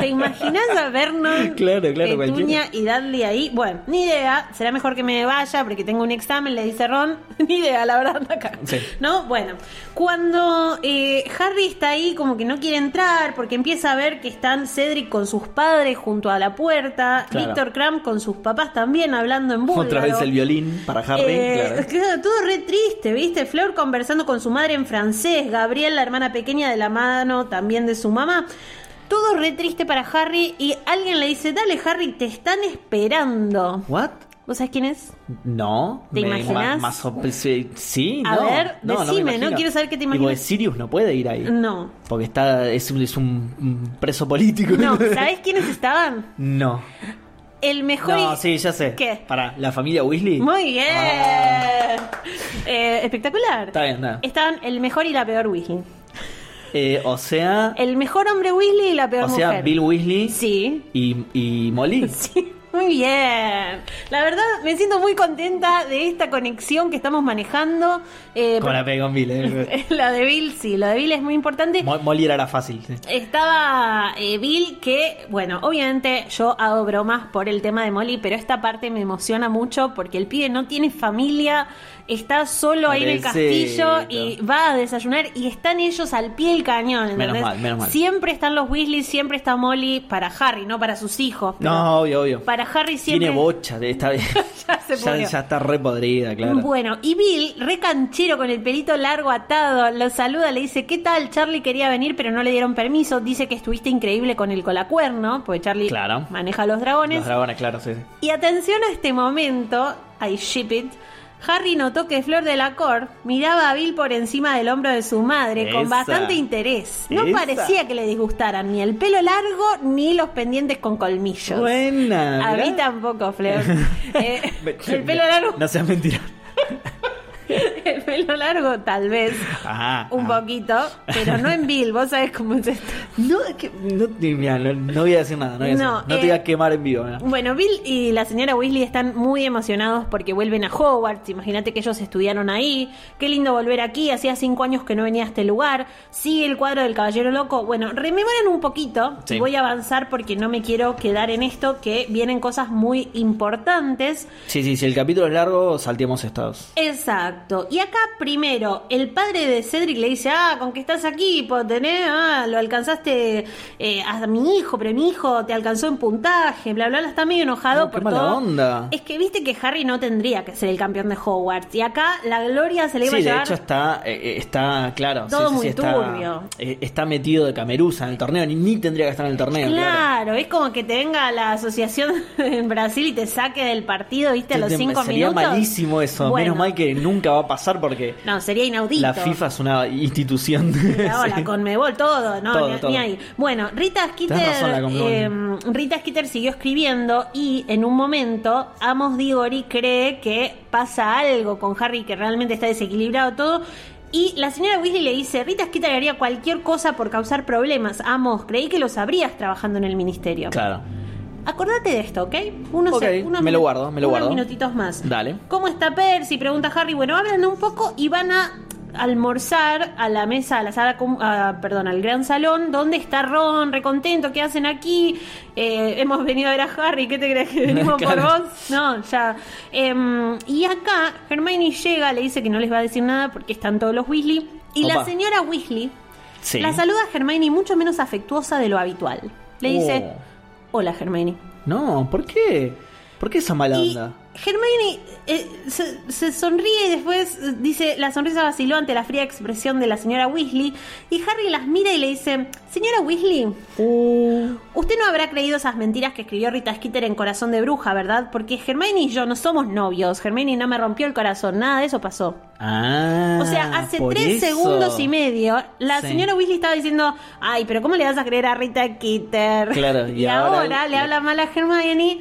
[SPEAKER 2] ¿Te imaginas a Vernon,
[SPEAKER 1] Claro, claro,
[SPEAKER 2] Petunia y Dudley ahí? Bueno, ni idea, será mejor que me vaya porque tengo un examen, le dice Ron. Ni idea, la verdad, anda acá.
[SPEAKER 1] Sí.
[SPEAKER 2] ¿No? Bueno, cuando eh, Harry está ahí como que no quiere entrar porque empieza a ver que están Cedric con sus padres junto a la puerta,
[SPEAKER 1] Claro.
[SPEAKER 2] Víctor Kram con sus papás también hablando en Ah, búlgaro.
[SPEAKER 1] Otra vez el violín para Harry.
[SPEAKER 2] Eh,
[SPEAKER 1] claro.
[SPEAKER 2] claro, todo re triste, ¿viste? Flor conversando con su madre en francés, Gabriel, la hermana pequeña de la mano también de su mamá. Todo re triste para Harry y alguien le dice, dale Harry, te están esperando.
[SPEAKER 1] ¿What?
[SPEAKER 2] ¿Vos sabés quién es?
[SPEAKER 1] No.
[SPEAKER 2] ¿Te
[SPEAKER 1] me-
[SPEAKER 2] imaginás?
[SPEAKER 1] Más, más op- sí, sí,
[SPEAKER 2] A
[SPEAKER 1] no.
[SPEAKER 2] ver,
[SPEAKER 1] no, no me
[SPEAKER 2] decime, no
[SPEAKER 1] imagino.
[SPEAKER 2] quiero saber qué te
[SPEAKER 1] Y vos,
[SPEAKER 2] imaginas.
[SPEAKER 1] Sirius no puede ir ahí.
[SPEAKER 2] No.
[SPEAKER 1] Porque está es, un- es un un preso político.
[SPEAKER 2] No, ¿sabés quiénes estaban?
[SPEAKER 1] No.
[SPEAKER 2] El mejor...
[SPEAKER 1] No,
[SPEAKER 2] y-
[SPEAKER 1] sí, ya sé.
[SPEAKER 2] ¿Qué?
[SPEAKER 1] Para la familia Weasley.
[SPEAKER 2] Muy bien.
[SPEAKER 1] Ah,
[SPEAKER 2] Eh, espectacular.
[SPEAKER 1] está bien, nada.
[SPEAKER 2] Estaban el mejor y la peor Weasley.
[SPEAKER 1] Eh, o sea,
[SPEAKER 2] El mejor hombre Weasley y la peor
[SPEAKER 1] o sea,
[SPEAKER 2] mujer.
[SPEAKER 1] Bill Weasley
[SPEAKER 2] Sí.
[SPEAKER 1] y, y Molly.
[SPEAKER 2] Sí. Muy bien. La verdad, me siento muy contenta de esta conexión que estamos manejando. Eh,
[SPEAKER 1] Como la pegué con Bill, eh.
[SPEAKER 2] la de Bill, sí, la de Bill es muy importante.
[SPEAKER 1] Mo- Molly era la fácil. sí.
[SPEAKER 2] Estaba eh, Bill que, bueno, obviamente yo hago bromas por el tema de Molly, pero esta parte me emociona mucho porque el pibe no tiene familia, está solo ahí en el
[SPEAKER 1] Pobrecito.
[SPEAKER 2] castillo y va a desayunar y están ellos al pie del cañón,
[SPEAKER 1] Menos
[SPEAKER 2] ¿entendés?
[SPEAKER 1] mal, menos mal.
[SPEAKER 2] Siempre están los Weasley, siempre está Molly para Harry, no para sus hijos. pero
[SPEAKER 1] No, obvio, obvio.
[SPEAKER 2] Para Harry siempre...
[SPEAKER 1] Tiene bocha, de esta vez.
[SPEAKER 2] Ya se
[SPEAKER 1] ya,
[SPEAKER 2] pudrió.
[SPEAKER 1] ya está re podrida, claro.
[SPEAKER 2] Bueno, y Bill, recanchero con el pelito largo atado, lo saluda, le dice, ¿qué tal? Charlie quería venir, pero no le dieron permiso. Dice que estuviste increíble con el colacuerno, porque Charlie
[SPEAKER 1] Claro.
[SPEAKER 2] maneja los dragones.
[SPEAKER 1] Los dragones, claro, sí. sí.
[SPEAKER 2] Y atención a este momento, I ship it. Harry notó que Flor de la Cor miraba a Bill por encima del hombro de su madre con
[SPEAKER 1] Esa.
[SPEAKER 2] bastante interés. No
[SPEAKER 1] Esa.
[SPEAKER 2] parecía que le disgustaran ni el pelo largo ni los pendientes con colmillos.
[SPEAKER 1] Buena.
[SPEAKER 2] a
[SPEAKER 1] mirá.
[SPEAKER 2] mí tampoco, Flor. Eh,
[SPEAKER 1] Me-
[SPEAKER 2] el pelo largo
[SPEAKER 1] No seas mentira.
[SPEAKER 2] el pelo largo, tal vez.
[SPEAKER 1] Ajá.
[SPEAKER 2] Un
[SPEAKER 1] ajá.
[SPEAKER 2] poquito, pero no en Bill, vos sabés cómo es esto.
[SPEAKER 1] No, es que- no, te- mirá, no- no voy a decir nada. No, voy a decir
[SPEAKER 2] No,
[SPEAKER 1] nada. No
[SPEAKER 2] eh,
[SPEAKER 1] te voy a quemar en vivo. mirá.
[SPEAKER 2] Bueno, Bill y la señora Weasley están muy emocionados porque vuelven a Hogwarts. Imagínate que ellos estudiaron ahí. Qué lindo volver aquí. Hacía cinco años que no venía a este lugar. Sigue el cuadro del Caballero Loco. Bueno, rememoran un poquito.
[SPEAKER 1] Sí.
[SPEAKER 2] Voy a avanzar porque no me quiero quedar en esto, que vienen cosas muy importantes.
[SPEAKER 1] Sí, sí, si el capítulo es largo, salteamos estados.
[SPEAKER 2] Exacto. Y acá primero, el padre de Cedric le dice, ah, con que estás aquí, Potter, eh, ah, lo alcanzaste eh, a mi hijo, pero mi hijo te alcanzó en puntaje, bla, bla, bla, está medio enojado
[SPEAKER 1] No, Ah, qué
[SPEAKER 2] por
[SPEAKER 1] mala
[SPEAKER 2] todo.
[SPEAKER 1] onda.
[SPEAKER 2] Es que viste que Harry no tendría que ser el campeón de Hogwarts. Y acá la gloria se le iba
[SPEAKER 1] Sí,
[SPEAKER 2] a
[SPEAKER 1] de
[SPEAKER 2] llevar.
[SPEAKER 1] hecho está, eh, eh, está claro. sí, sí,
[SPEAKER 2] Todo
[SPEAKER 1] sí,
[SPEAKER 2] muy
[SPEAKER 1] está,
[SPEAKER 2] turbio.
[SPEAKER 1] eh, está metido de camerusa en el torneo, ni, ni tendría que estar en el torneo.
[SPEAKER 2] Claro,
[SPEAKER 1] Claro.
[SPEAKER 2] es como que te venga la asociación en Brasil y te saque del partido, viste, a los
[SPEAKER 1] Te- te-
[SPEAKER 2] cinco
[SPEAKER 1] Sería
[SPEAKER 2] minutos.
[SPEAKER 1] malísimo eso.
[SPEAKER 2] Bueno,
[SPEAKER 1] Menos mal que nunca va a pasar porque
[SPEAKER 2] No, sería inaudito.
[SPEAKER 1] la FIFA es una institución.
[SPEAKER 2] Ahora,
[SPEAKER 1] Sí.
[SPEAKER 2] la Conmebol, todo, no,
[SPEAKER 1] Todo,
[SPEAKER 2] ni,
[SPEAKER 1] todo.
[SPEAKER 2] ni ahí. Bueno, Rita
[SPEAKER 1] Tenés razón,
[SPEAKER 2] Skeeter,
[SPEAKER 1] la Conmebol.
[SPEAKER 2] eh, Rita Skeeter siguió escribiendo y en un momento Amos Digori cree que pasa algo con Harry, que realmente está desequilibrado todo. Y la señora Weasley le dice, Rita Skeeter haría cualquier cosa por causar problemas. Amos, creí que lo sabrías trabajando en el ministerio.
[SPEAKER 1] Claro.
[SPEAKER 2] Acordate de esto, ¿ok? Unos,
[SPEAKER 1] Ok,
[SPEAKER 2] unos
[SPEAKER 1] me lo
[SPEAKER 2] minu-
[SPEAKER 1] guardo, me lo
[SPEAKER 2] unos
[SPEAKER 1] guardo.
[SPEAKER 2] minutitos más.
[SPEAKER 1] Dale.
[SPEAKER 2] ¿Cómo está Percy? Pregunta Harry. Bueno, hablan un poco y van a almorzar a la mesa, a la sala, com- ah, perdón, al gran salón, donde está Ron, recontento, ¿qué hacen aquí? Eh, hemos venido a ver a Harry, ¿qué te crees que venimos
[SPEAKER 1] Claro.
[SPEAKER 2] por vos? No, ya. Em, y acá Hermione llega, le dice que no les va a decir nada porque están todos los Weasley. Y la
[SPEAKER 1] Opa.
[SPEAKER 2] señora Weasley
[SPEAKER 1] Sí.
[SPEAKER 2] la saluda a Hermione mucho menos afectuosa de lo habitual. Le dice,
[SPEAKER 1] Oh.
[SPEAKER 2] hola Hermione.
[SPEAKER 1] No, ¿por qué? ¿Por qué esa mala
[SPEAKER 2] Y
[SPEAKER 1] onda?
[SPEAKER 2] Hermione eh, se, se sonríe y después eh, dice, la sonrisa vaciló ante la fría expresión de la señora Weasley y Harry las mira y le dice, señora Weasley,
[SPEAKER 1] Uh.
[SPEAKER 2] usted no habrá creído esas mentiras que escribió Rita Skeeter en Corazón de Bruja, ¿verdad? Porque Hermione y yo no somos novios, Hermione no me rompió el corazón, nada de eso pasó.
[SPEAKER 1] Ah.
[SPEAKER 2] O sea, hace
[SPEAKER 1] por
[SPEAKER 2] tres
[SPEAKER 1] eso.
[SPEAKER 2] segundos y medio, la
[SPEAKER 1] Sí.
[SPEAKER 2] señora Weasley estaba diciendo, ay, pero ¿cómo le vas a creer a Rita Kitter?
[SPEAKER 1] Claro,
[SPEAKER 2] y,
[SPEAKER 1] y
[SPEAKER 2] ahora,
[SPEAKER 1] ahora-
[SPEAKER 2] le habla mal a Hermione.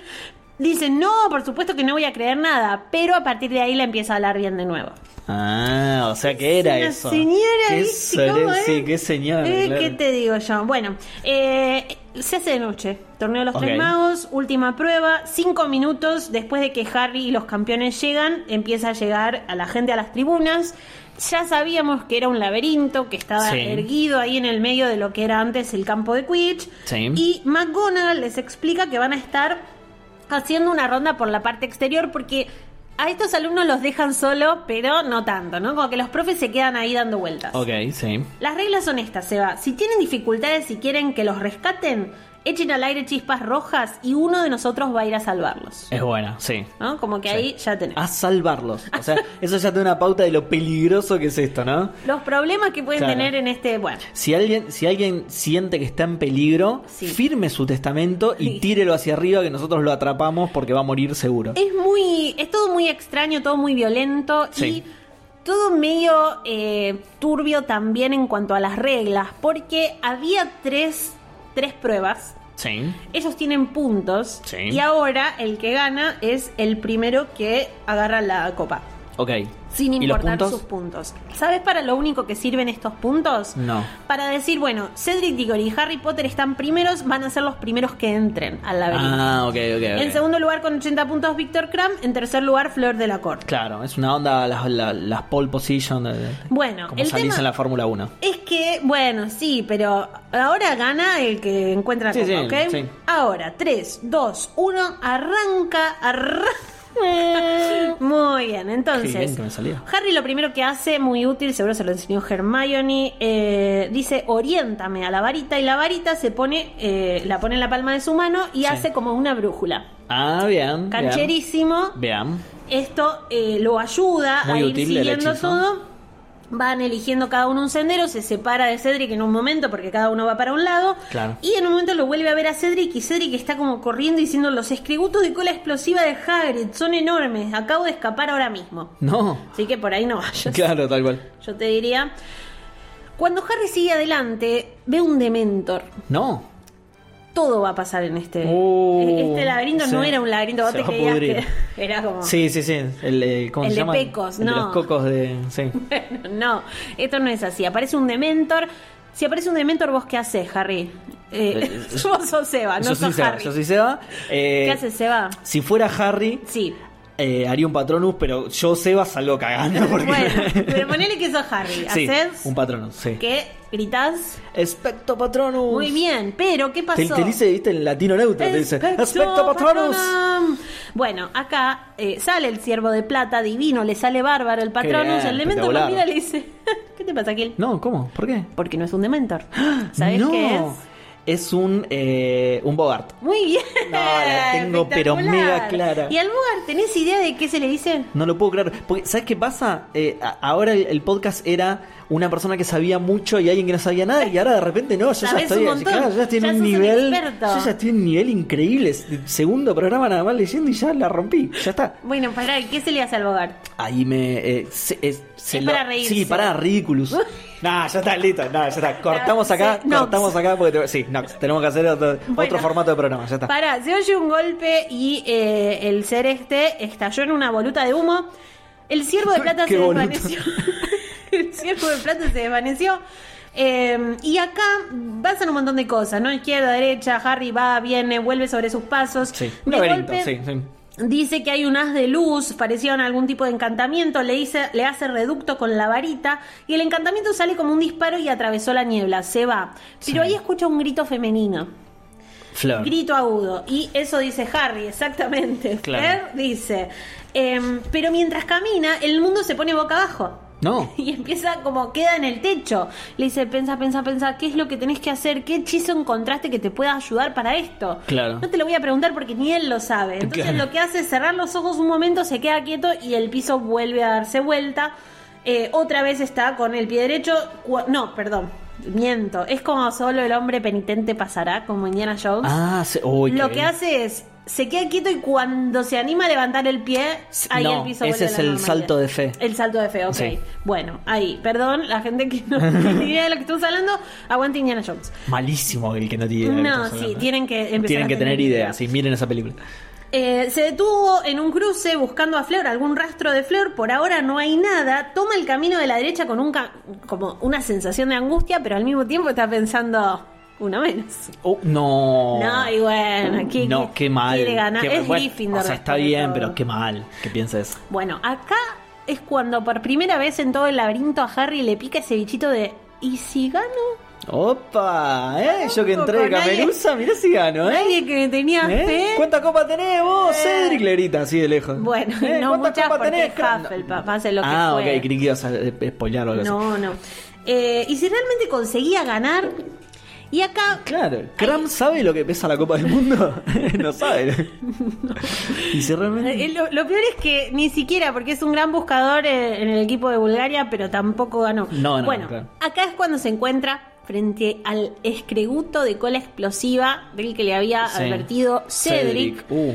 [SPEAKER 2] Dice, no, por supuesto que no voy a creer nada, pero a partir de ahí la empieza a hablar bien de nuevo.
[SPEAKER 1] Ah, o sea, que era
[SPEAKER 2] Una
[SPEAKER 1] eso?
[SPEAKER 2] Señora,
[SPEAKER 1] ¿Qué
[SPEAKER 2] ¿viste cómo
[SPEAKER 1] sole-
[SPEAKER 2] es?
[SPEAKER 1] Sí, qué señora.
[SPEAKER 2] Eh,
[SPEAKER 1] claro.
[SPEAKER 2] ¿Qué te digo yo? Bueno, eh, se hace de noche. Torneo de los Tres
[SPEAKER 1] Ok.
[SPEAKER 2] Magos, última prueba. Cinco minutos después de que Harry y los campeones llegan, empieza a llegar a la gente a las tribunas. Ya sabíamos que era un laberinto que estaba
[SPEAKER 1] Sí.
[SPEAKER 2] erguido ahí en el medio de lo que era antes el campo de Quidditch.
[SPEAKER 1] Sí.
[SPEAKER 2] Y McGonagall les explica que van a estar haciendo una ronda por la parte exterior porque a estos alumnos los dejan solo, pero no tanto, ¿no? Como que los profes se quedan ahí dando vueltas.
[SPEAKER 1] Ok, sí.
[SPEAKER 2] Las reglas son estas, Seba. Si tienen dificultades y quieren que los rescaten, echen al aire chispas rojas y uno de nosotros va a ir a salvarlos.
[SPEAKER 1] Es buena, sí.
[SPEAKER 2] ¿No? Como que
[SPEAKER 1] Sí. Ah.
[SPEAKER 2] ahí ya tenemos.
[SPEAKER 1] A salvarlos. O sea, eso ya te da una pauta de lo peligroso que es esto, ¿no?
[SPEAKER 2] Los problemas que pueden
[SPEAKER 1] Claro.
[SPEAKER 2] tener en este. Bueno.
[SPEAKER 1] Si alguien, si alguien siente que está en peligro,
[SPEAKER 2] Sí.
[SPEAKER 1] firme su testamento y
[SPEAKER 2] Sí.
[SPEAKER 1] tírelo hacia arriba que nosotros lo atrapamos porque va a morir seguro.
[SPEAKER 2] Es muy. Es todo muy extraño, todo muy violento
[SPEAKER 1] Sí.
[SPEAKER 2] y todo medio eh, turbio también en cuanto a las reglas, porque había tres, tres pruebas.
[SPEAKER 1] Sí.
[SPEAKER 2] Ellos tienen puntos
[SPEAKER 1] Sí.
[SPEAKER 2] y ahora el que gana es el primero que agarra la copa.
[SPEAKER 1] Ok.
[SPEAKER 2] sin
[SPEAKER 1] ¿Y los
[SPEAKER 2] importar
[SPEAKER 1] puntos?
[SPEAKER 2] sus puntos. ¿Sabes para lo único que sirven estos puntos?
[SPEAKER 1] No.
[SPEAKER 2] Para decir, bueno, Cedric Diggory y Harry Potter están primeros, van a ser los primeros que entren al laberinto.
[SPEAKER 1] Ah, ok, ok. ok.
[SPEAKER 2] En segundo lugar con 80 puntos Víctor Kram, en tercer lugar Flor de la Corte.
[SPEAKER 1] Claro, es una onda las, las, las pole position. de- de-
[SPEAKER 2] Bueno,
[SPEAKER 1] como
[SPEAKER 2] el
[SPEAKER 1] salís
[SPEAKER 2] tema
[SPEAKER 1] en la Fórmula 1.
[SPEAKER 2] es que, bueno, sí, pero ahora gana el que encuentra la
[SPEAKER 1] Sí,
[SPEAKER 2] copa,
[SPEAKER 1] sí,
[SPEAKER 2] ¿ok?
[SPEAKER 1] sí.
[SPEAKER 2] Ahora, 3, 2, 1, arranca, arranca. Muy bien, entonces...
[SPEAKER 1] Qué bien que me salía.
[SPEAKER 2] Harry lo primero que hace, muy útil, seguro se lo enseñó Hermione, eh, dice, oriéntame a la varita y la varita se pone, eh, la pone en la palma de su mano y
[SPEAKER 1] Sí.
[SPEAKER 2] hace como una brújula.
[SPEAKER 1] Ah, bien. bien.
[SPEAKER 2] Cancherísimo.
[SPEAKER 1] Bien.
[SPEAKER 2] Esto eh, lo ayuda
[SPEAKER 1] Muy
[SPEAKER 2] a ir
[SPEAKER 1] útil el
[SPEAKER 2] siguiendo
[SPEAKER 1] hechizo.
[SPEAKER 2] todo. Van eligiendo cada uno un sendero, se separa de Cedric en un momento porque cada uno va para un lado.
[SPEAKER 1] Claro.
[SPEAKER 2] Y en un momento lo vuelve a ver a Cedric y Cedric está como corriendo diciendo: Los escributos de cola explosiva de Hagrid son enormes, acabo de escapar ahora mismo.
[SPEAKER 1] No.
[SPEAKER 2] Así que por ahí no vayas.
[SPEAKER 1] Claro, tal cual.
[SPEAKER 2] Yo te diría. Cuando Harry sigue adelante, ve un Dementor.
[SPEAKER 1] No.
[SPEAKER 2] Todo va a pasar en este.
[SPEAKER 1] Oh,
[SPEAKER 2] este laberinto no
[SPEAKER 1] sí.
[SPEAKER 2] era un laberinto, vos
[SPEAKER 1] Se
[SPEAKER 2] te
[SPEAKER 1] va a
[SPEAKER 2] creías
[SPEAKER 1] pudrir.
[SPEAKER 2] que era como.
[SPEAKER 1] Sí, sí, sí. El, eh, ¿cómo
[SPEAKER 2] El
[SPEAKER 1] se
[SPEAKER 2] de
[SPEAKER 1] llama?
[SPEAKER 2] Pecos,
[SPEAKER 1] El de
[SPEAKER 2] no.
[SPEAKER 1] los cocos de. Sí.
[SPEAKER 2] no, esto no es así. Aparece un Dementor. Si aparece un Dementor, ¿vos qué haces, Harry? Eh,
[SPEAKER 1] Eh,
[SPEAKER 2] vos sos Seba, no
[SPEAKER 1] yo soy
[SPEAKER 2] sos
[SPEAKER 1] Seba.
[SPEAKER 2] Harry.
[SPEAKER 1] Yo soy Seba. Eh,
[SPEAKER 2] ¿Qué haces, Seba?
[SPEAKER 1] Si fuera Harry,
[SPEAKER 2] Sí.
[SPEAKER 1] eh, haría un patronus, pero yo Seba salgo cagando. Porque...
[SPEAKER 2] Bueno, pero ponele que sos Harry.
[SPEAKER 1] sí,
[SPEAKER 2] Haces
[SPEAKER 1] un patronus, sí.
[SPEAKER 2] que gritás
[SPEAKER 1] Especto patronus.
[SPEAKER 2] muy bien, pero ¿qué pasó?
[SPEAKER 1] Te, te dice, viste, en latino neutro, te dice,
[SPEAKER 2] Aspecto
[SPEAKER 1] aspecto patronus.
[SPEAKER 2] patronum. Bueno, acá eh, sale el ciervo de plata divino, le sale bárbaro el patronus,
[SPEAKER 1] bien,
[SPEAKER 2] el dementor lo
[SPEAKER 1] espectacular.
[SPEAKER 2] mira y le dice, ¿qué te pasa, Gil?
[SPEAKER 1] No, ¿cómo? ¿Por qué?
[SPEAKER 2] Porque no es un dementor. ¿Sabes
[SPEAKER 1] no.
[SPEAKER 2] qué es?
[SPEAKER 1] Es un, eh, un Bogart.
[SPEAKER 2] Muy bien.
[SPEAKER 1] No, la tengo, pero
[SPEAKER 2] espectacular.
[SPEAKER 1] mega clara.
[SPEAKER 2] ¿Y al Bogart tenés idea de qué se le dice?
[SPEAKER 1] No lo puedo creer. Porque, ¿sabes qué pasa? Eh, a- ahora el, el podcast era una persona que sabía mucho y alguien que no sabía nada, y ahora de repente no, yo ya
[SPEAKER 2] Sabés
[SPEAKER 1] estoy,
[SPEAKER 2] un montón.
[SPEAKER 1] claro, yo ya estoy en
[SPEAKER 2] Ya
[SPEAKER 1] un
[SPEAKER 2] sos un
[SPEAKER 1] nivel.
[SPEAKER 2] experto.
[SPEAKER 1] yo ya estoy en un nivel increíble. Es- Segundo programa nada más leyendo y ya la rompí. Ya está.
[SPEAKER 2] Bueno, pará, ¿qué se le hace al Bogart?
[SPEAKER 1] Ahí me. eh, se, es- se
[SPEAKER 2] Es
[SPEAKER 1] lo-
[SPEAKER 2] para reírse.
[SPEAKER 1] Sí, para Ridiculous. nah, ya está, listo. Nah, ya está. Cortamos
[SPEAKER 2] Ah,
[SPEAKER 1] acá,
[SPEAKER 2] sí, Nox.
[SPEAKER 1] cortamos acá porque. te- sí, Nox. Tenemos que hacer otro,
[SPEAKER 2] Bueno.
[SPEAKER 1] otro formato de programa, ya está.
[SPEAKER 2] Pará, se oye un golpe y eh, el ser este estalló en una voluta de humo. El ciervo de plata
[SPEAKER 1] Qué
[SPEAKER 2] se
[SPEAKER 1] voluta.
[SPEAKER 2] desvaneció. el ciervo de plata se desvaneció. Eh, y acá pasan un montón de cosas, ¿no? Izquierda, derecha, Harry va, viene, vuelve sobre sus pasos.
[SPEAKER 1] Sí, un
[SPEAKER 2] De
[SPEAKER 1] laberinto,
[SPEAKER 2] golpe,
[SPEAKER 1] sí, sí.
[SPEAKER 2] Dice que hay un haz de luz, parecía un- algún tipo de encantamiento, le, hice- le hace reducto con la varita y el encantamiento sale como un disparo y atravesó la niebla, se va. Pero ahí escucha un grito femenino,
[SPEAKER 1] Flor.
[SPEAKER 2] grito agudo, y eso dice Harry, exactamente.
[SPEAKER 1] Claro.
[SPEAKER 2] Flair dice, em, pero mientras camina, el mundo se pone boca abajo.
[SPEAKER 1] No.
[SPEAKER 2] Y empieza como queda en el techo. Le dice, pensa, pensa, pensa, ¿qué es lo que tenés que hacer? ¿Qué hechizo encontraste que te pueda ayudar para esto?
[SPEAKER 1] Claro.
[SPEAKER 2] No te lo voy a preguntar porque ni él lo sabe. Entonces
[SPEAKER 1] Claro.
[SPEAKER 2] lo que hace es cerrar los ojos un momento, se queda quieto y el piso vuelve a darse vuelta. Eh, otra vez está con el pie derecho. cua- No, perdón. Miento. Es como solo el hombre penitente pasará, como Indiana Jones.
[SPEAKER 1] Ah, se, uy,
[SPEAKER 2] Lo
[SPEAKER 1] qué
[SPEAKER 2] que
[SPEAKER 1] bien.
[SPEAKER 2] hace es, se queda quieto y cuando se anima a levantar el pie, ahí
[SPEAKER 1] no,
[SPEAKER 2] el
[SPEAKER 1] ese
[SPEAKER 2] piso vuelve a
[SPEAKER 1] es
[SPEAKER 2] la
[SPEAKER 1] el
[SPEAKER 2] normalidad.
[SPEAKER 1] salto de fe.
[SPEAKER 2] El salto de fe, ok.
[SPEAKER 1] Sí.
[SPEAKER 2] Bueno, ahí, perdón, la gente que no tiene idea de lo que estamos hablando, aguante Indiana Jones.
[SPEAKER 1] Malísimo el que no tiene idea. de lo que
[SPEAKER 2] No,
[SPEAKER 1] estamos
[SPEAKER 2] sí,
[SPEAKER 1] hablando.
[SPEAKER 2] tienen que empezar
[SPEAKER 1] Tienen
[SPEAKER 2] a
[SPEAKER 1] que tener idea,
[SPEAKER 2] ideas.
[SPEAKER 1] sí, miren esa película.
[SPEAKER 2] Eh, se detuvo en un cruce buscando a Fleur, algún rastro de Fleur. Por ahora no hay nada. Toma el camino de la derecha con un ca- como una sensación de angustia, pero al mismo tiempo está pensando uno menos.
[SPEAKER 1] Oh, no.
[SPEAKER 2] No, y bueno, ¿qué-
[SPEAKER 1] no,
[SPEAKER 2] qué
[SPEAKER 1] qué mal.
[SPEAKER 2] quiere ganar?
[SPEAKER 1] Qué-
[SPEAKER 2] Es
[SPEAKER 1] bueno,
[SPEAKER 2] Gryffindor
[SPEAKER 1] O sea, está
[SPEAKER 2] después de
[SPEAKER 1] bien,
[SPEAKER 2] todo.
[SPEAKER 1] pero qué mal que pienses.
[SPEAKER 2] Bueno, acá es cuando por primera vez en todo el laberinto a Harry le pica ese bichito de ¿y si gano?
[SPEAKER 1] Opa, ¿eh? Yo que entré de
[SPEAKER 2] Con nadie-
[SPEAKER 1] Cameruza, mirá si gano, ¿eh?
[SPEAKER 2] Nadie que me tenía
[SPEAKER 1] ¿Eh?
[SPEAKER 2] fe. Eh.
[SPEAKER 1] ¿Cuánta copa tenés vos, Cedric? Le grita así de lejos.
[SPEAKER 2] Bueno,
[SPEAKER 1] ¿Eh?
[SPEAKER 2] no
[SPEAKER 1] ¿Cuánta
[SPEAKER 2] muchas
[SPEAKER 1] copa
[SPEAKER 2] porque
[SPEAKER 1] tenés? Cra-
[SPEAKER 2] Hufflepuff, hace lo que
[SPEAKER 1] ah,
[SPEAKER 2] puede.
[SPEAKER 1] ok, creí que ibas a eh, spoilear o algo así.
[SPEAKER 2] No, no. Eh, y si realmente conseguía ganar. Y acá.
[SPEAKER 1] Claro, Cram sabe lo que pesa la Copa del Mundo. no sabe. Y si realmente.
[SPEAKER 2] eh, Lo, lo peor es que ni siquiera, porque es un gran buscador eh, en el equipo de Bulgaria, pero tampoco ganó.
[SPEAKER 1] No, no,
[SPEAKER 2] bueno,
[SPEAKER 1] claro.
[SPEAKER 2] acá es cuando se encuentra frente al escreguto de cola explosiva del que le había
[SPEAKER 1] Sí.
[SPEAKER 2] advertido Cedric.
[SPEAKER 1] Uh,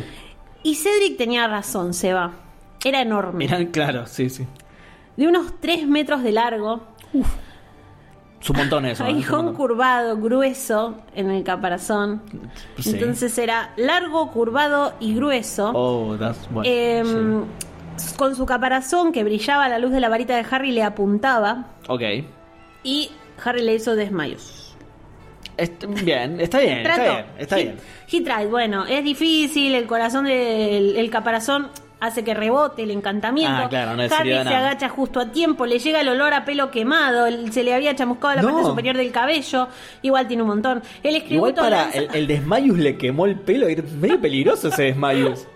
[SPEAKER 2] Y Cedric tenía razón, Seba. Era enorme.
[SPEAKER 1] mirá, claro, sí, sí.
[SPEAKER 2] De unos 3 metros de largo,
[SPEAKER 1] Es un montón eso. ¿eh? Es un
[SPEAKER 2] aguijón
[SPEAKER 1] montón.
[SPEAKER 2] curvado, grueso en el caparazón.
[SPEAKER 1] Sí.
[SPEAKER 2] Entonces era largo, curvado y grueso.
[SPEAKER 1] Oh, that's bueno.
[SPEAKER 2] Eh,
[SPEAKER 1] sí.
[SPEAKER 2] con su caparazón que brillaba a la luz de la varita de Harry le apuntaba
[SPEAKER 1] Ok.
[SPEAKER 2] y Harry le hizo desmayos.
[SPEAKER 1] Est- bien, está bien, está
[SPEAKER 2] Trató.
[SPEAKER 1] bien, está
[SPEAKER 2] He-
[SPEAKER 1] bien.
[SPEAKER 2] He tried. Bueno, es difícil, el corazón del el caparazón hace que rebote el encantamiento.
[SPEAKER 1] Ah, claro, no le
[SPEAKER 2] Harry
[SPEAKER 1] sirvió de
[SPEAKER 2] se
[SPEAKER 1] nada.
[SPEAKER 2] agacha justo a tiempo, le llega el olor a pelo quemado, él- se le había chamuscado la
[SPEAKER 1] No.
[SPEAKER 2] parte superior del cabello, igual tiene un montón. El
[SPEAKER 1] Igual
[SPEAKER 2] escributo
[SPEAKER 1] para
[SPEAKER 2] lanza-
[SPEAKER 1] el, el desmayus le quemó el pelo, era medio peligroso ese desmayus.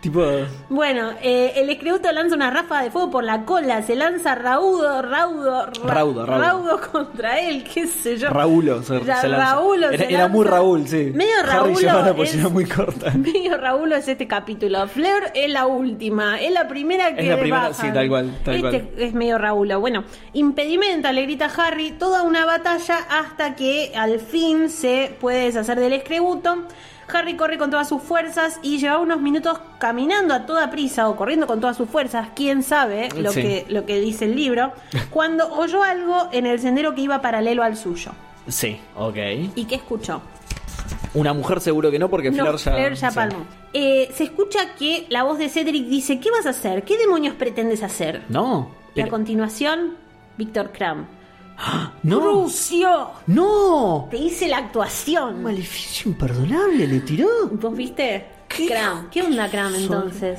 [SPEAKER 1] tipo,
[SPEAKER 2] Bueno, eh, el escreuto lanza una ráfaga de fuego por la cola, se lanza raudo, raudo, ra-
[SPEAKER 1] Raudo, raudo.
[SPEAKER 2] contra él, qué sé yo.
[SPEAKER 1] Raulo se,
[SPEAKER 2] Ya,
[SPEAKER 1] se lanza.
[SPEAKER 2] Raulo se
[SPEAKER 1] era, era
[SPEAKER 2] lanza.
[SPEAKER 1] muy Raúl, sí.
[SPEAKER 2] Medio
[SPEAKER 1] Harry
[SPEAKER 2] Raulo
[SPEAKER 1] llevaba la
[SPEAKER 2] es-
[SPEAKER 1] pollera muy corta.
[SPEAKER 2] Medio Raúl es este capítulo. Fleur es la última, es la primera que
[SPEAKER 1] Es la primera,
[SPEAKER 2] bajan.
[SPEAKER 1] sí, tal cual, tal
[SPEAKER 2] este
[SPEAKER 1] cual.
[SPEAKER 2] es medio Raúl. Bueno, impedimenta, le grita Harry, toda una batalla hasta que al fin se puede deshacer del escrebuto. Harry corre con todas sus fuerzas y lleva unos minutos caminando a toda prisa o corriendo con todas sus fuerzas, quién sabe lo,
[SPEAKER 1] Sí.
[SPEAKER 2] que, lo que dice el libro, cuando oyó algo en el sendero que iba paralelo al suyo.
[SPEAKER 1] Sí, ok.
[SPEAKER 2] ¿Y qué escuchó?
[SPEAKER 1] Una mujer seguro que no, porque
[SPEAKER 2] No,
[SPEAKER 1] Flor ya.
[SPEAKER 2] Fleur ya
[SPEAKER 1] sí.
[SPEAKER 2] palmó. Eh, se escucha que la voz de Cedric dice, ¿qué vas a hacer? ¿Qué demonios pretendes hacer?
[SPEAKER 1] No.
[SPEAKER 2] Y a
[SPEAKER 1] pero-
[SPEAKER 2] continuación, Víctor Kram.
[SPEAKER 1] no.
[SPEAKER 2] ¡Crucio!
[SPEAKER 1] ¡No!
[SPEAKER 2] Te hice la actuación.
[SPEAKER 1] Maleficio imperdonable le tiró.
[SPEAKER 2] ¿Vos viste?
[SPEAKER 1] ¿Qué?
[SPEAKER 2] Kram. ¿Qué onda Kram entonces?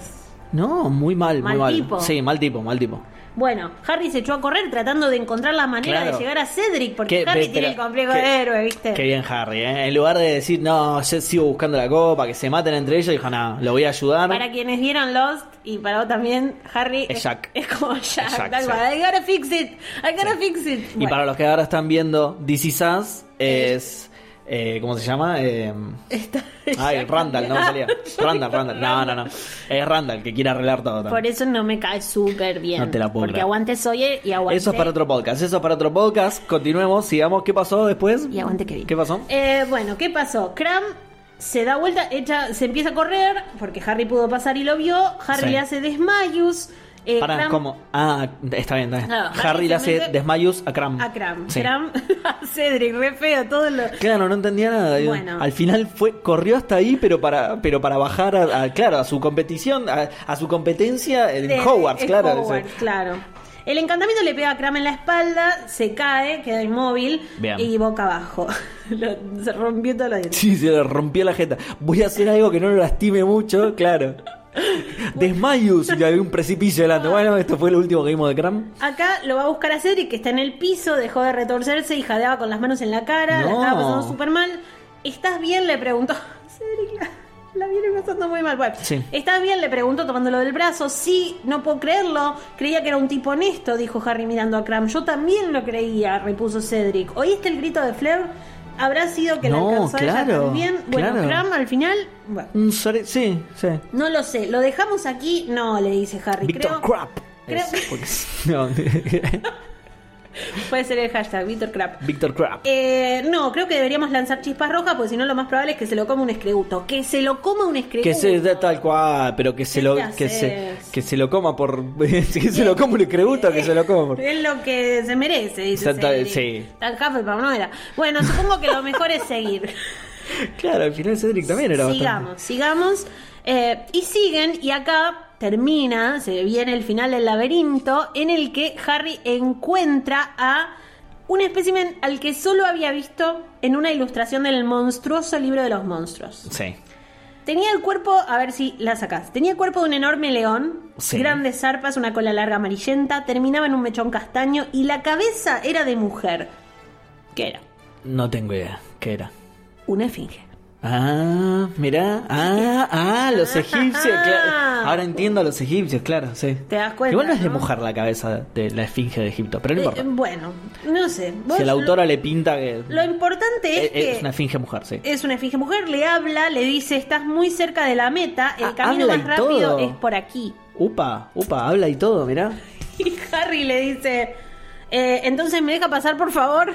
[SPEAKER 1] No, muy mal,
[SPEAKER 2] Mal
[SPEAKER 1] muy mal.
[SPEAKER 2] tipo.
[SPEAKER 1] Sí, mal tipo, mal tipo.
[SPEAKER 2] Bueno, Harry se echó a correr tratando de encontrar la manera
[SPEAKER 1] Claro.
[SPEAKER 2] de llegar a Cedric, porque
[SPEAKER 1] Qué-
[SPEAKER 2] Harry
[SPEAKER 1] pero-
[SPEAKER 2] tiene el complejo
[SPEAKER 1] qué-
[SPEAKER 2] de héroe, ¿viste?
[SPEAKER 1] Qué bien Harry, ¿eh? En lugar de decir, no, yo sigo buscando la copa, que se maten entre ellos, dijo, no, lo voy a ayudar.
[SPEAKER 2] Para quienes vieron Lost y para vos también, Harry
[SPEAKER 1] Es Jack.
[SPEAKER 2] es como Jack.
[SPEAKER 1] Es Jack,
[SPEAKER 2] tal
[SPEAKER 1] sí.
[SPEAKER 2] cual. I gotta fix it. I gotta fix it.
[SPEAKER 1] Y
[SPEAKER 2] Bueno.
[SPEAKER 1] para los que ahora están viendo This Is Us, es... eh, ¿Cómo se llama? Eh,
[SPEAKER 2] Está-
[SPEAKER 1] ay, Randall, no me salía. Randall, Randall. No, no, no. Es Randall que quiere arreglar todo. también.
[SPEAKER 2] Por eso no me cae súper bien.
[SPEAKER 1] No te la puedo
[SPEAKER 2] Porque
[SPEAKER 1] creer.
[SPEAKER 2] aguante Sawyer y aguante.
[SPEAKER 1] Eso es para otro podcast, eso es para otro podcast. Continuemos, sigamos. ¿Qué pasó después?
[SPEAKER 2] Y aguante Kevin.
[SPEAKER 1] ¿Qué pasó?
[SPEAKER 2] Eh, bueno, ¿qué pasó? Cram se da vuelta, echa, se empieza a correr porque Harry pudo pasar y lo vio. Harry
[SPEAKER 1] Sí.
[SPEAKER 2] le hace desmayos. Eh,
[SPEAKER 1] Pará,
[SPEAKER 2] Cram-
[SPEAKER 1] ¿cómo? Ah, está bien, está bien.
[SPEAKER 2] No, Harry
[SPEAKER 1] Harry le hace
[SPEAKER 2] simplemente-
[SPEAKER 1] desmayos a Cram.
[SPEAKER 2] A Cram.
[SPEAKER 1] Sí.
[SPEAKER 2] Cram a Cedric, re feo, todo lo.
[SPEAKER 1] Claro, no entendía nada. digo.
[SPEAKER 2] Bueno.
[SPEAKER 1] Al final fue, corrió hasta ahí, pero para, pero para bajar a, a- claro, a su competición, a, a su competencia en
[SPEAKER 2] de-
[SPEAKER 1] Hogwarts,
[SPEAKER 2] en
[SPEAKER 1] claro.
[SPEAKER 2] Hogwarts,
[SPEAKER 1] ese-
[SPEAKER 2] claro. El encantamiento le pega a Cram en la espalda, se cae, queda inmóvil
[SPEAKER 1] Bien.
[SPEAKER 2] y boca abajo. Lo- se rompió toda la dientes.
[SPEAKER 1] Sí, se le rompió la jeta. Voy a hacer algo que no lo lastime mucho, claro. Desmayos y había un precipicio delante.
[SPEAKER 2] Ah.
[SPEAKER 1] Bueno, esto fue lo último que vimos de Cram.
[SPEAKER 2] Acá lo va a buscar a Cedric, que está en el piso, dejó de retorcerse y jadeaba con las manos en la cara, la
[SPEAKER 1] No.
[SPEAKER 2] estaba pasando súper mal. ¿Estás bien? Le preguntó. Cedric la, la viene pasando muy mal. Bueno,
[SPEAKER 1] Sí.
[SPEAKER 2] ¿estás bien? Le preguntó tomándolo del brazo. Sí, no puedo creerlo. Creía que era un tipo honesto, dijo Harry mirando a Cram. Yo también lo creía, repuso Cedric. ¿Oíste el grito de Flair? ¿Habrá sido que
[SPEAKER 1] No,
[SPEAKER 2] la alcanzó a ella
[SPEAKER 1] claro,
[SPEAKER 2] también? Bueno,
[SPEAKER 1] claro.
[SPEAKER 2] Cram al final... Bueno,
[SPEAKER 1] Un sore- Sí, sí.
[SPEAKER 2] no lo sé. ¿Lo dejamos aquí? No, le dice Harry.
[SPEAKER 1] Victor
[SPEAKER 2] creo...
[SPEAKER 1] Crap.
[SPEAKER 2] creo-
[SPEAKER 1] Es, porque- no,
[SPEAKER 2] Puede ser el hashtag, Victor Crap.
[SPEAKER 1] Victor Crap.
[SPEAKER 2] Eh, no, creo que deberíamos lanzar chispas rojas, porque si no lo más probable es que se lo coma un escrebuto. Que se lo coma un escrebuto.
[SPEAKER 1] Que se da tal cual, pero que se
[SPEAKER 2] ¿Qué
[SPEAKER 1] lo
[SPEAKER 2] te
[SPEAKER 1] que se,
[SPEAKER 2] haces?
[SPEAKER 1] que se lo coma por que se lo coma un crebuto, que se lo coma por.
[SPEAKER 2] Es lo que se merece, dice.
[SPEAKER 1] Exacta-
[SPEAKER 2] Cedric.
[SPEAKER 1] sí.
[SPEAKER 2] Tan café para no era. Bueno, supongo que lo mejor es seguir.
[SPEAKER 1] Claro, al final Cedric también era
[SPEAKER 2] sigamos, sigamos. Eh, y siguen, y acá termina, se viene el final del laberinto, en el que Harry encuentra a un espécimen al que solo había visto en una ilustración del monstruoso libro de los monstruos.
[SPEAKER 1] bastante. Sí.
[SPEAKER 2] Tenía el cuerpo, a ver si la sacás. Tenía el cuerpo de un enorme león,
[SPEAKER 1] Sí.
[SPEAKER 2] grandes zarpas, una cola larga amarillenta, terminaba en un mechón castaño y la cabeza era de mujer. ¿Qué era?
[SPEAKER 1] No tengo idea qué era.
[SPEAKER 2] Una esfinge.
[SPEAKER 1] Ah, mirá, ah, ah, los egipcios,
[SPEAKER 2] Ah.
[SPEAKER 1] claro. Ahora entiendo a los egipcios, claro, sí.
[SPEAKER 2] Te das cuenta,
[SPEAKER 1] Igual no es de
[SPEAKER 2] ¿no?
[SPEAKER 1] mojar la cabeza de la esfinge de Egipto, pero no
[SPEAKER 2] Eh,
[SPEAKER 1] importa.
[SPEAKER 2] eh, bueno, no sé. Vos
[SPEAKER 1] si a la
[SPEAKER 2] lo-
[SPEAKER 1] autora le pinta que
[SPEAKER 2] Lo, importante es,
[SPEAKER 1] eh, eh,
[SPEAKER 2] que
[SPEAKER 1] es una esfinge mujer, sí.
[SPEAKER 2] es una esfinge mujer, le habla, le dice, estás muy cerca de la meta, el
[SPEAKER 1] Ah,
[SPEAKER 2] camino
[SPEAKER 1] habla
[SPEAKER 2] más
[SPEAKER 1] y todo.
[SPEAKER 2] rápido es por aquí.
[SPEAKER 1] Upa, upa, habla y todo, mirá.
[SPEAKER 2] Y Harry le dice, "Eh, entonces me deja pasar, por favor.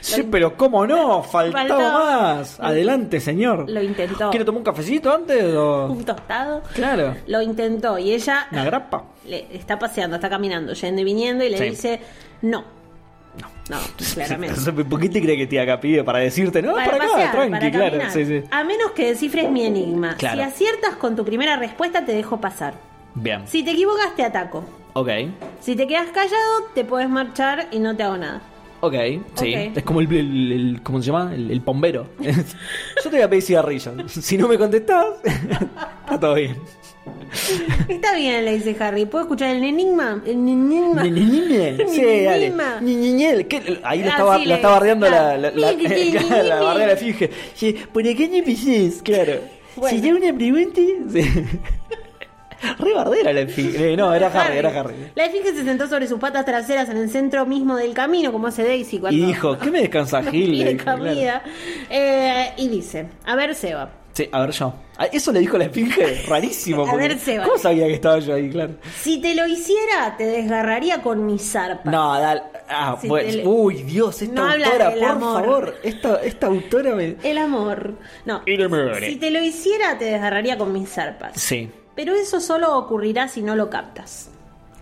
[SPEAKER 1] Sí, pero cómo no, faltaba
[SPEAKER 2] Faltaba.
[SPEAKER 1] más. Adelante, señor.
[SPEAKER 2] Lo intentó.
[SPEAKER 1] ¿Quiere tomar un cafecito antes o...?
[SPEAKER 2] Un tostado.
[SPEAKER 1] Claro,
[SPEAKER 2] Lo intentó y ella
[SPEAKER 1] una grapa.
[SPEAKER 2] le está paseando, está caminando, yendo y viniendo y le
[SPEAKER 1] Sí.
[SPEAKER 2] dice, no, No, claramente.
[SPEAKER 1] Entonces, ¿Por qué te crees que te acá pide? Para decirte, no, para, acá,
[SPEAKER 2] pasear,
[SPEAKER 1] tranqui,
[SPEAKER 2] para
[SPEAKER 1] claro.
[SPEAKER 2] caminar.
[SPEAKER 1] Sí, sí.
[SPEAKER 2] A menos que descifres mi enigma.
[SPEAKER 1] Claro.
[SPEAKER 2] Si aciertas con tu primera respuesta, te dejo pasar.
[SPEAKER 1] Bien.
[SPEAKER 2] Si te equivocas, te ataco.
[SPEAKER 1] Ok.
[SPEAKER 2] Si te quedas callado, te puedes marchar y no te hago nada.
[SPEAKER 1] Ok, sí.
[SPEAKER 2] Ok.
[SPEAKER 1] Es como el, el- el- ¿Cómo se llama? El, el bombero. Yo te voy a pedir cigarrillo. Si no me contestás, está todo bien.
[SPEAKER 2] Está bien, le dice Harry. ¿Puedo escuchar el enigma? El enigma.
[SPEAKER 1] Ni- ni- ni- Sí,
[SPEAKER 2] Ni-
[SPEAKER 1] dale.
[SPEAKER 2] nima.
[SPEAKER 1] Ni- ni- ni- ¿qué? Ahí la
[SPEAKER 2] Ah,
[SPEAKER 1] estaba,
[SPEAKER 2] sí,
[SPEAKER 1] la
[SPEAKER 2] le-
[SPEAKER 1] estaba bardeando la,
[SPEAKER 2] claro.
[SPEAKER 1] la, la,
[SPEAKER 2] Ni- ni-
[SPEAKER 1] claro,
[SPEAKER 2] ni-
[SPEAKER 1] la
[SPEAKER 2] ni-
[SPEAKER 1] bardeaba la finge. Sí, ¿Por qué no pisés? Claro.
[SPEAKER 2] Bueno.
[SPEAKER 1] Si yo una pregunta... Sí. Re bardera la finge. Eh, No, era Harry, era Harry.
[SPEAKER 2] La Esfinge se sentó sobre sus patas traseras en el centro mismo del camino, como hace Daisy cuando...
[SPEAKER 1] Y dijo, ¿qué me descansa Gil? Le
[SPEAKER 2] pide
[SPEAKER 1] dijo, claro.
[SPEAKER 2] comida. Eh, y dice, a ver, Seba,
[SPEAKER 1] Sí, a ver yo. Ah, Eso le dijo la esfinge, rarísimo.
[SPEAKER 2] A
[SPEAKER 1] porque
[SPEAKER 2] ver, Seba.
[SPEAKER 1] ¿Cómo sabía que estaba yo ahí, claro?
[SPEAKER 2] si te lo hiciera, te desgarraría con mi zarpa.
[SPEAKER 1] No, dale. Ah,
[SPEAKER 2] Si
[SPEAKER 1] pues.
[SPEAKER 2] te le-
[SPEAKER 1] Uy, Dios, esta
[SPEAKER 2] No habla
[SPEAKER 1] autora,
[SPEAKER 2] del
[SPEAKER 1] por
[SPEAKER 2] amor.
[SPEAKER 1] favor. Esta, esta autora me.
[SPEAKER 2] El amor. No.
[SPEAKER 1] Y le muere.
[SPEAKER 2] Si te lo hiciera, te desgarraría con mis zarpas.
[SPEAKER 1] Sí.
[SPEAKER 2] Pero eso solo ocurrirá si no lo captas.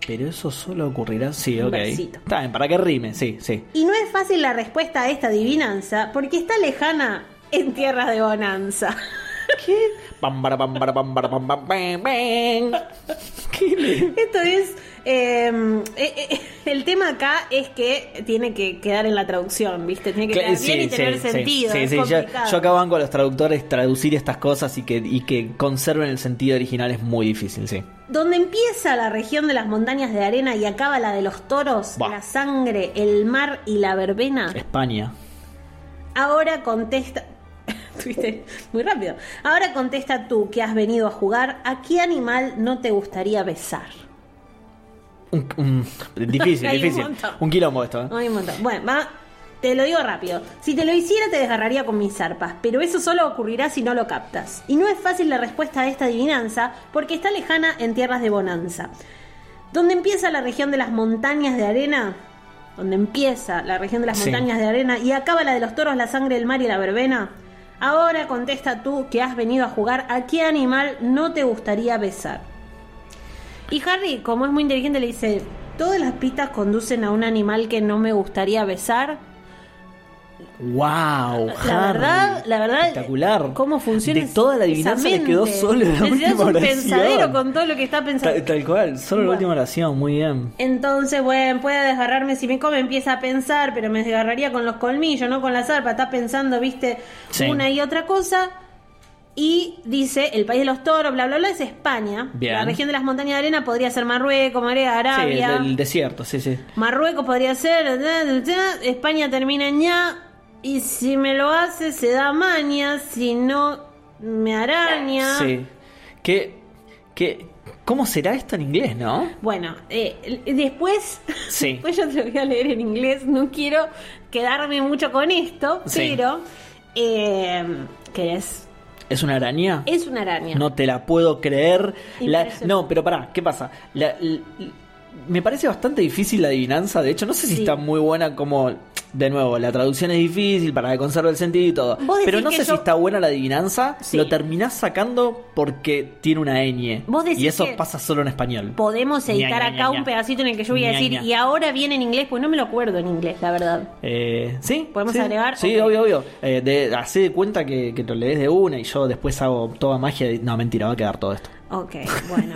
[SPEAKER 1] Pero eso solo ocurrirá. Sí,
[SPEAKER 2] Un
[SPEAKER 1] ok.
[SPEAKER 2] versito.
[SPEAKER 1] Está bien, para que rime, sí, sí.
[SPEAKER 2] Y no es fácil la respuesta a esta adivinanza porque está lejana en tierras de bonanza.
[SPEAKER 1] ¿Qué? Pam, para, pam, para, pam, para, pam, pam, pam, pam. ¿Qué le-
[SPEAKER 2] Esto es. eh, eh, eh, el tema acá es que tiene que quedar en la traducción, ¿viste? Tiene que quedar bien y tener sentido.
[SPEAKER 1] sí,
[SPEAKER 2] es
[SPEAKER 1] sí, Yo,
[SPEAKER 2] complicado.
[SPEAKER 1] yo acá banco a los traductores traducir estas cosas y que, y que conserven el sentido original es muy difícil, sí.
[SPEAKER 2] Donde empieza la región de las montañas de arena y acaba la de los toros,
[SPEAKER 1] Buah.
[SPEAKER 2] la sangre, el mar y la verbena,
[SPEAKER 1] España.
[SPEAKER 2] ahora contesta. Tuviste muy rápido. Ahora contesta tú que has venido a jugar, ¿a qué animal no te gustaría besar?
[SPEAKER 1] Un, un- difícil,
[SPEAKER 2] Hay un
[SPEAKER 1] difícil. Un,
[SPEAKER 2] montón. Ah.
[SPEAKER 1] quilombo esto, ¿eh?
[SPEAKER 2] Ay, un montón. Bueno, va, te lo digo rápido. Si te lo hiciera, te desgarraría con mis zarpas, pero eso solo ocurrirá si no lo captas. Y no es fácil la respuesta a esta adivinanza, porque está lejana en tierras de bonanza. ¿Dónde empieza la región de las montañas de arena? ¿Dónde empieza la región de las
[SPEAKER 1] Sí.
[SPEAKER 2] montañas de arena y acaba la de los toros, la sangre, el mar y la verbena? Ahora contesta tú que has venido a jugar, ¿a qué animal no te gustaría besar? Y Harry, como es muy inteligente, le dice, todas las pistas conducen a un animal que no me gustaría besar.
[SPEAKER 1] Wow,
[SPEAKER 2] La
[SPEAKER 1] Harry,
[SPEAKER 2] verdad, la verdad,
[SPEAKER 1] espectacular.
[SPEAKER 2] ¿Cómo funciona?
[SPEAKER 1] De toda la
[SPEAKER 2] esa
[SPEAKER 1] adivinanza le
[SPEAKER 2] mente?
[SPEAKER 1] quedó solo la
[SPEAKER 2] Necesitas
[SPEAKER 1] última
[SPEAKER 2] un
[SPEAKER 1] oración.
[SPEAKER 2] pensadero con todo lo que está
[SPEAKER 1] Ta-
[SPEAKER 2] pensando.
[SPEAKER 1] Tal, cual, solo la
[SPEAKER 2] Bueno.
[SPEAKER 1] última oración, muy bien.
[SPEAKER 2] Entonces, bueno, puede desgarrarme si me come, empieza a pensar, pero me desgarraría con los colmillos, no con la zarpa. Está pensando, viste,
[SPEAKER 1] Sí.
[SPEAKER 2] una y otra cosa. Y dice, el país de los toros, bla, bla, bla, es España.
[SPEAKER 1] Bien.
[SPEAKER 2] La región de las montañas de arena podría ser Marruecos, Marea,
[SPEAKER 1] Sí,
[SPEAKER 2] Arabia.
[SPEAKER 1] el, desierto, sí, sí.
[SPEAKER 2] Marruecos podría ser, da, da, da, España termina en ña, y si me lo hace se da maña, si no me araña.
[SPEAKER 1] Sí. ¿Qué, qué, ¿Cómo será esto en inglés, no?
[SPEAKER 2] Bueno, eh, l- después,
[SPEAKER 1] Sí.
[SPEAKER 2] después Pues yo te lo voy a leer en inglés, no quiero quedarme mucho con esto,
[SPEAKER 1] Sí.
[SPEAKER 2] pero eh, ¿qué es?
[SPEAKER 1] ¿Es una araña?
[SPEAKER 2] Es una araña.
[SPEAKER 1] No te la puedo creer. La-
[SPEAKER 2] Impresionante.
[SPEAKER 1] no, pero pará, ¿qué pasa? La- l- l- me parece bastante difícil la adivinanza. De hecho, no sé si
[SPEAKER 2] Sí.
[SPEAKER 1] está muy buena como. De nuevo, la traducción es difícil para que conserve el sentido y todo.
[SPEAKER 2] Vos decís
[SPEAKER 1] Pero no
[SPEAKER 2] que
[SPEAKER 1] sé
[SPEAKER 2] yo-
[SPEAKER 1] si está buena la adivinanza.
[SPEAKER 2] Sí.
[SPEAKER 1] Lo terminás sacando porque tiene una ñ.
[SPEAKER 2] Vos decís
[SPEAKER 1] y eso
[SPEAKER 2] que-
[SPEAKER 1] pasa solo en español.
[SPEAKER 2] Podemos editar
[SPEAKER 1] Ña, ña,
[SPEAKER 2] acá
[SPEAKER 1] ña,
[SPEAKER 2] un
[SPEAKER 1] ña.
[SPEAKER 2] pedacito en el que yo voy a
[SPEAKER 1] Ña,
[SPEAKER 2] decir,
[SPEAKER 1] ña.
[SPEAKER 2] y ahora viene en inglés, pues no me lo acuerdo en inglés, la verdad.
[SPEAKER 1] Eh, sí.
[SPEAKER 2] ¿Podemos
[SPEAKER 1] sí.
[SPEAKER 2] agregar?
[SPEAKER 1] Sí,
[SPEAKER 2] Ok.
[SPEAKER 1] obvio, obvio. Eh, de, hacé de cuenta que, que lo lees de una y yo después hago toda magia. y- No, mentira, va a quedar todo esto.
[SPEAKER 2] Ok, bueno.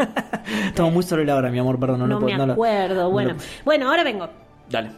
[SPEAKER 1] Estamos muy sobre la hora, mi amor, perdón. No,
[SPEAKER 2] No,
[SPEAKER 1] lo puedo-
[SPEAKER 2] me
[SPEAKER 1] no lo-
[SPEAKER 2] acuerdo.
[SPEAKER 1] no lo-
[SPEAKER 2] bueno, bueno, ahora vengo.
[SPEAKER 1] Dale.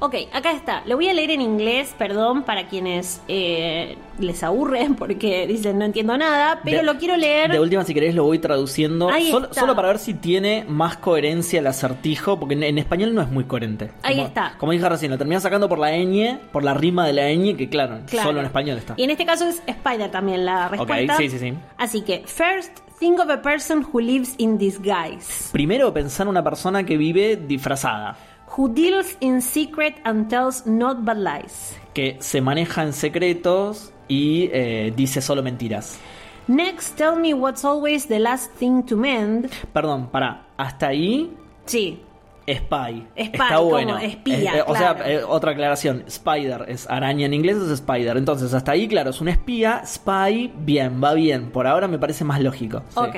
[SPEAKER 2] Ok, acá está. Lo voy a leer en inglés, perdón, para quienes eh, les aburren porque dicen no entiendo nada, pero
[SPEAKER 1] De-
[SPEAKER 2] lo quiero leer.
[SPEAKER 1] De última, si querés, lo voy traduciendo.
[SPEAKER 2] Ahí
[SPEAKER 1] Solo,
[SPEAKER 2] está.
[SPEAKER 1] solo para ver si tiene más coherencia el acertijo, porque en, en español no es muy coherente.
[SPEAKER 2] Ahí
[SPEAKER 1] Como-
[SPEAKER 2] está.
[SPEAKER 1] Como dije recién, lo terminás sacando por la ñ, por la rima de la ñ, que claro,
[SPEAKER 2] Claro.
[SPEAKER 1] solo en español está.
[SPEAKER 2] Y en este caso es Spider también la respuesta.
[SPEAKER 1] sí, sí, sí.
[SPEAKER 2] Así que, first, think of a person who lives in disguise,
[SPEAKER 1] Primero, pensar en una persona que vive disfrazada,
[SPEAKER 2] who deals in secret and tells not but lies.
[SPEAKER 1] que se maneja en secretos y eh, dice solo mentiras.
[SPEAKER 2] Next, tell me what's always the last thing to mend.
[SPEAKER 1] Perdón, para, hasta ahí
[SPEAKER 2] Sí.
[SPEAKER 1] Spy.
[SPEAKER 2] Spy,
[SPEAKER 1] Está
[SPEAKER 2] como
[SPEAKER 1] bueno.
[SPEAKER 2] espía,
[SPEAKER 1] Eh, eh, O sea,
[SPEAKER 2] claro.
[SPEAKER 1] eh, otra aclaración. Spider es araña en inglés, es spider. Entonces, hasta ahí, claro, es un espía. Spy, bien, va bien. Por ahora me parece más lógico. Sí.
[SPEAKER 2] Ok.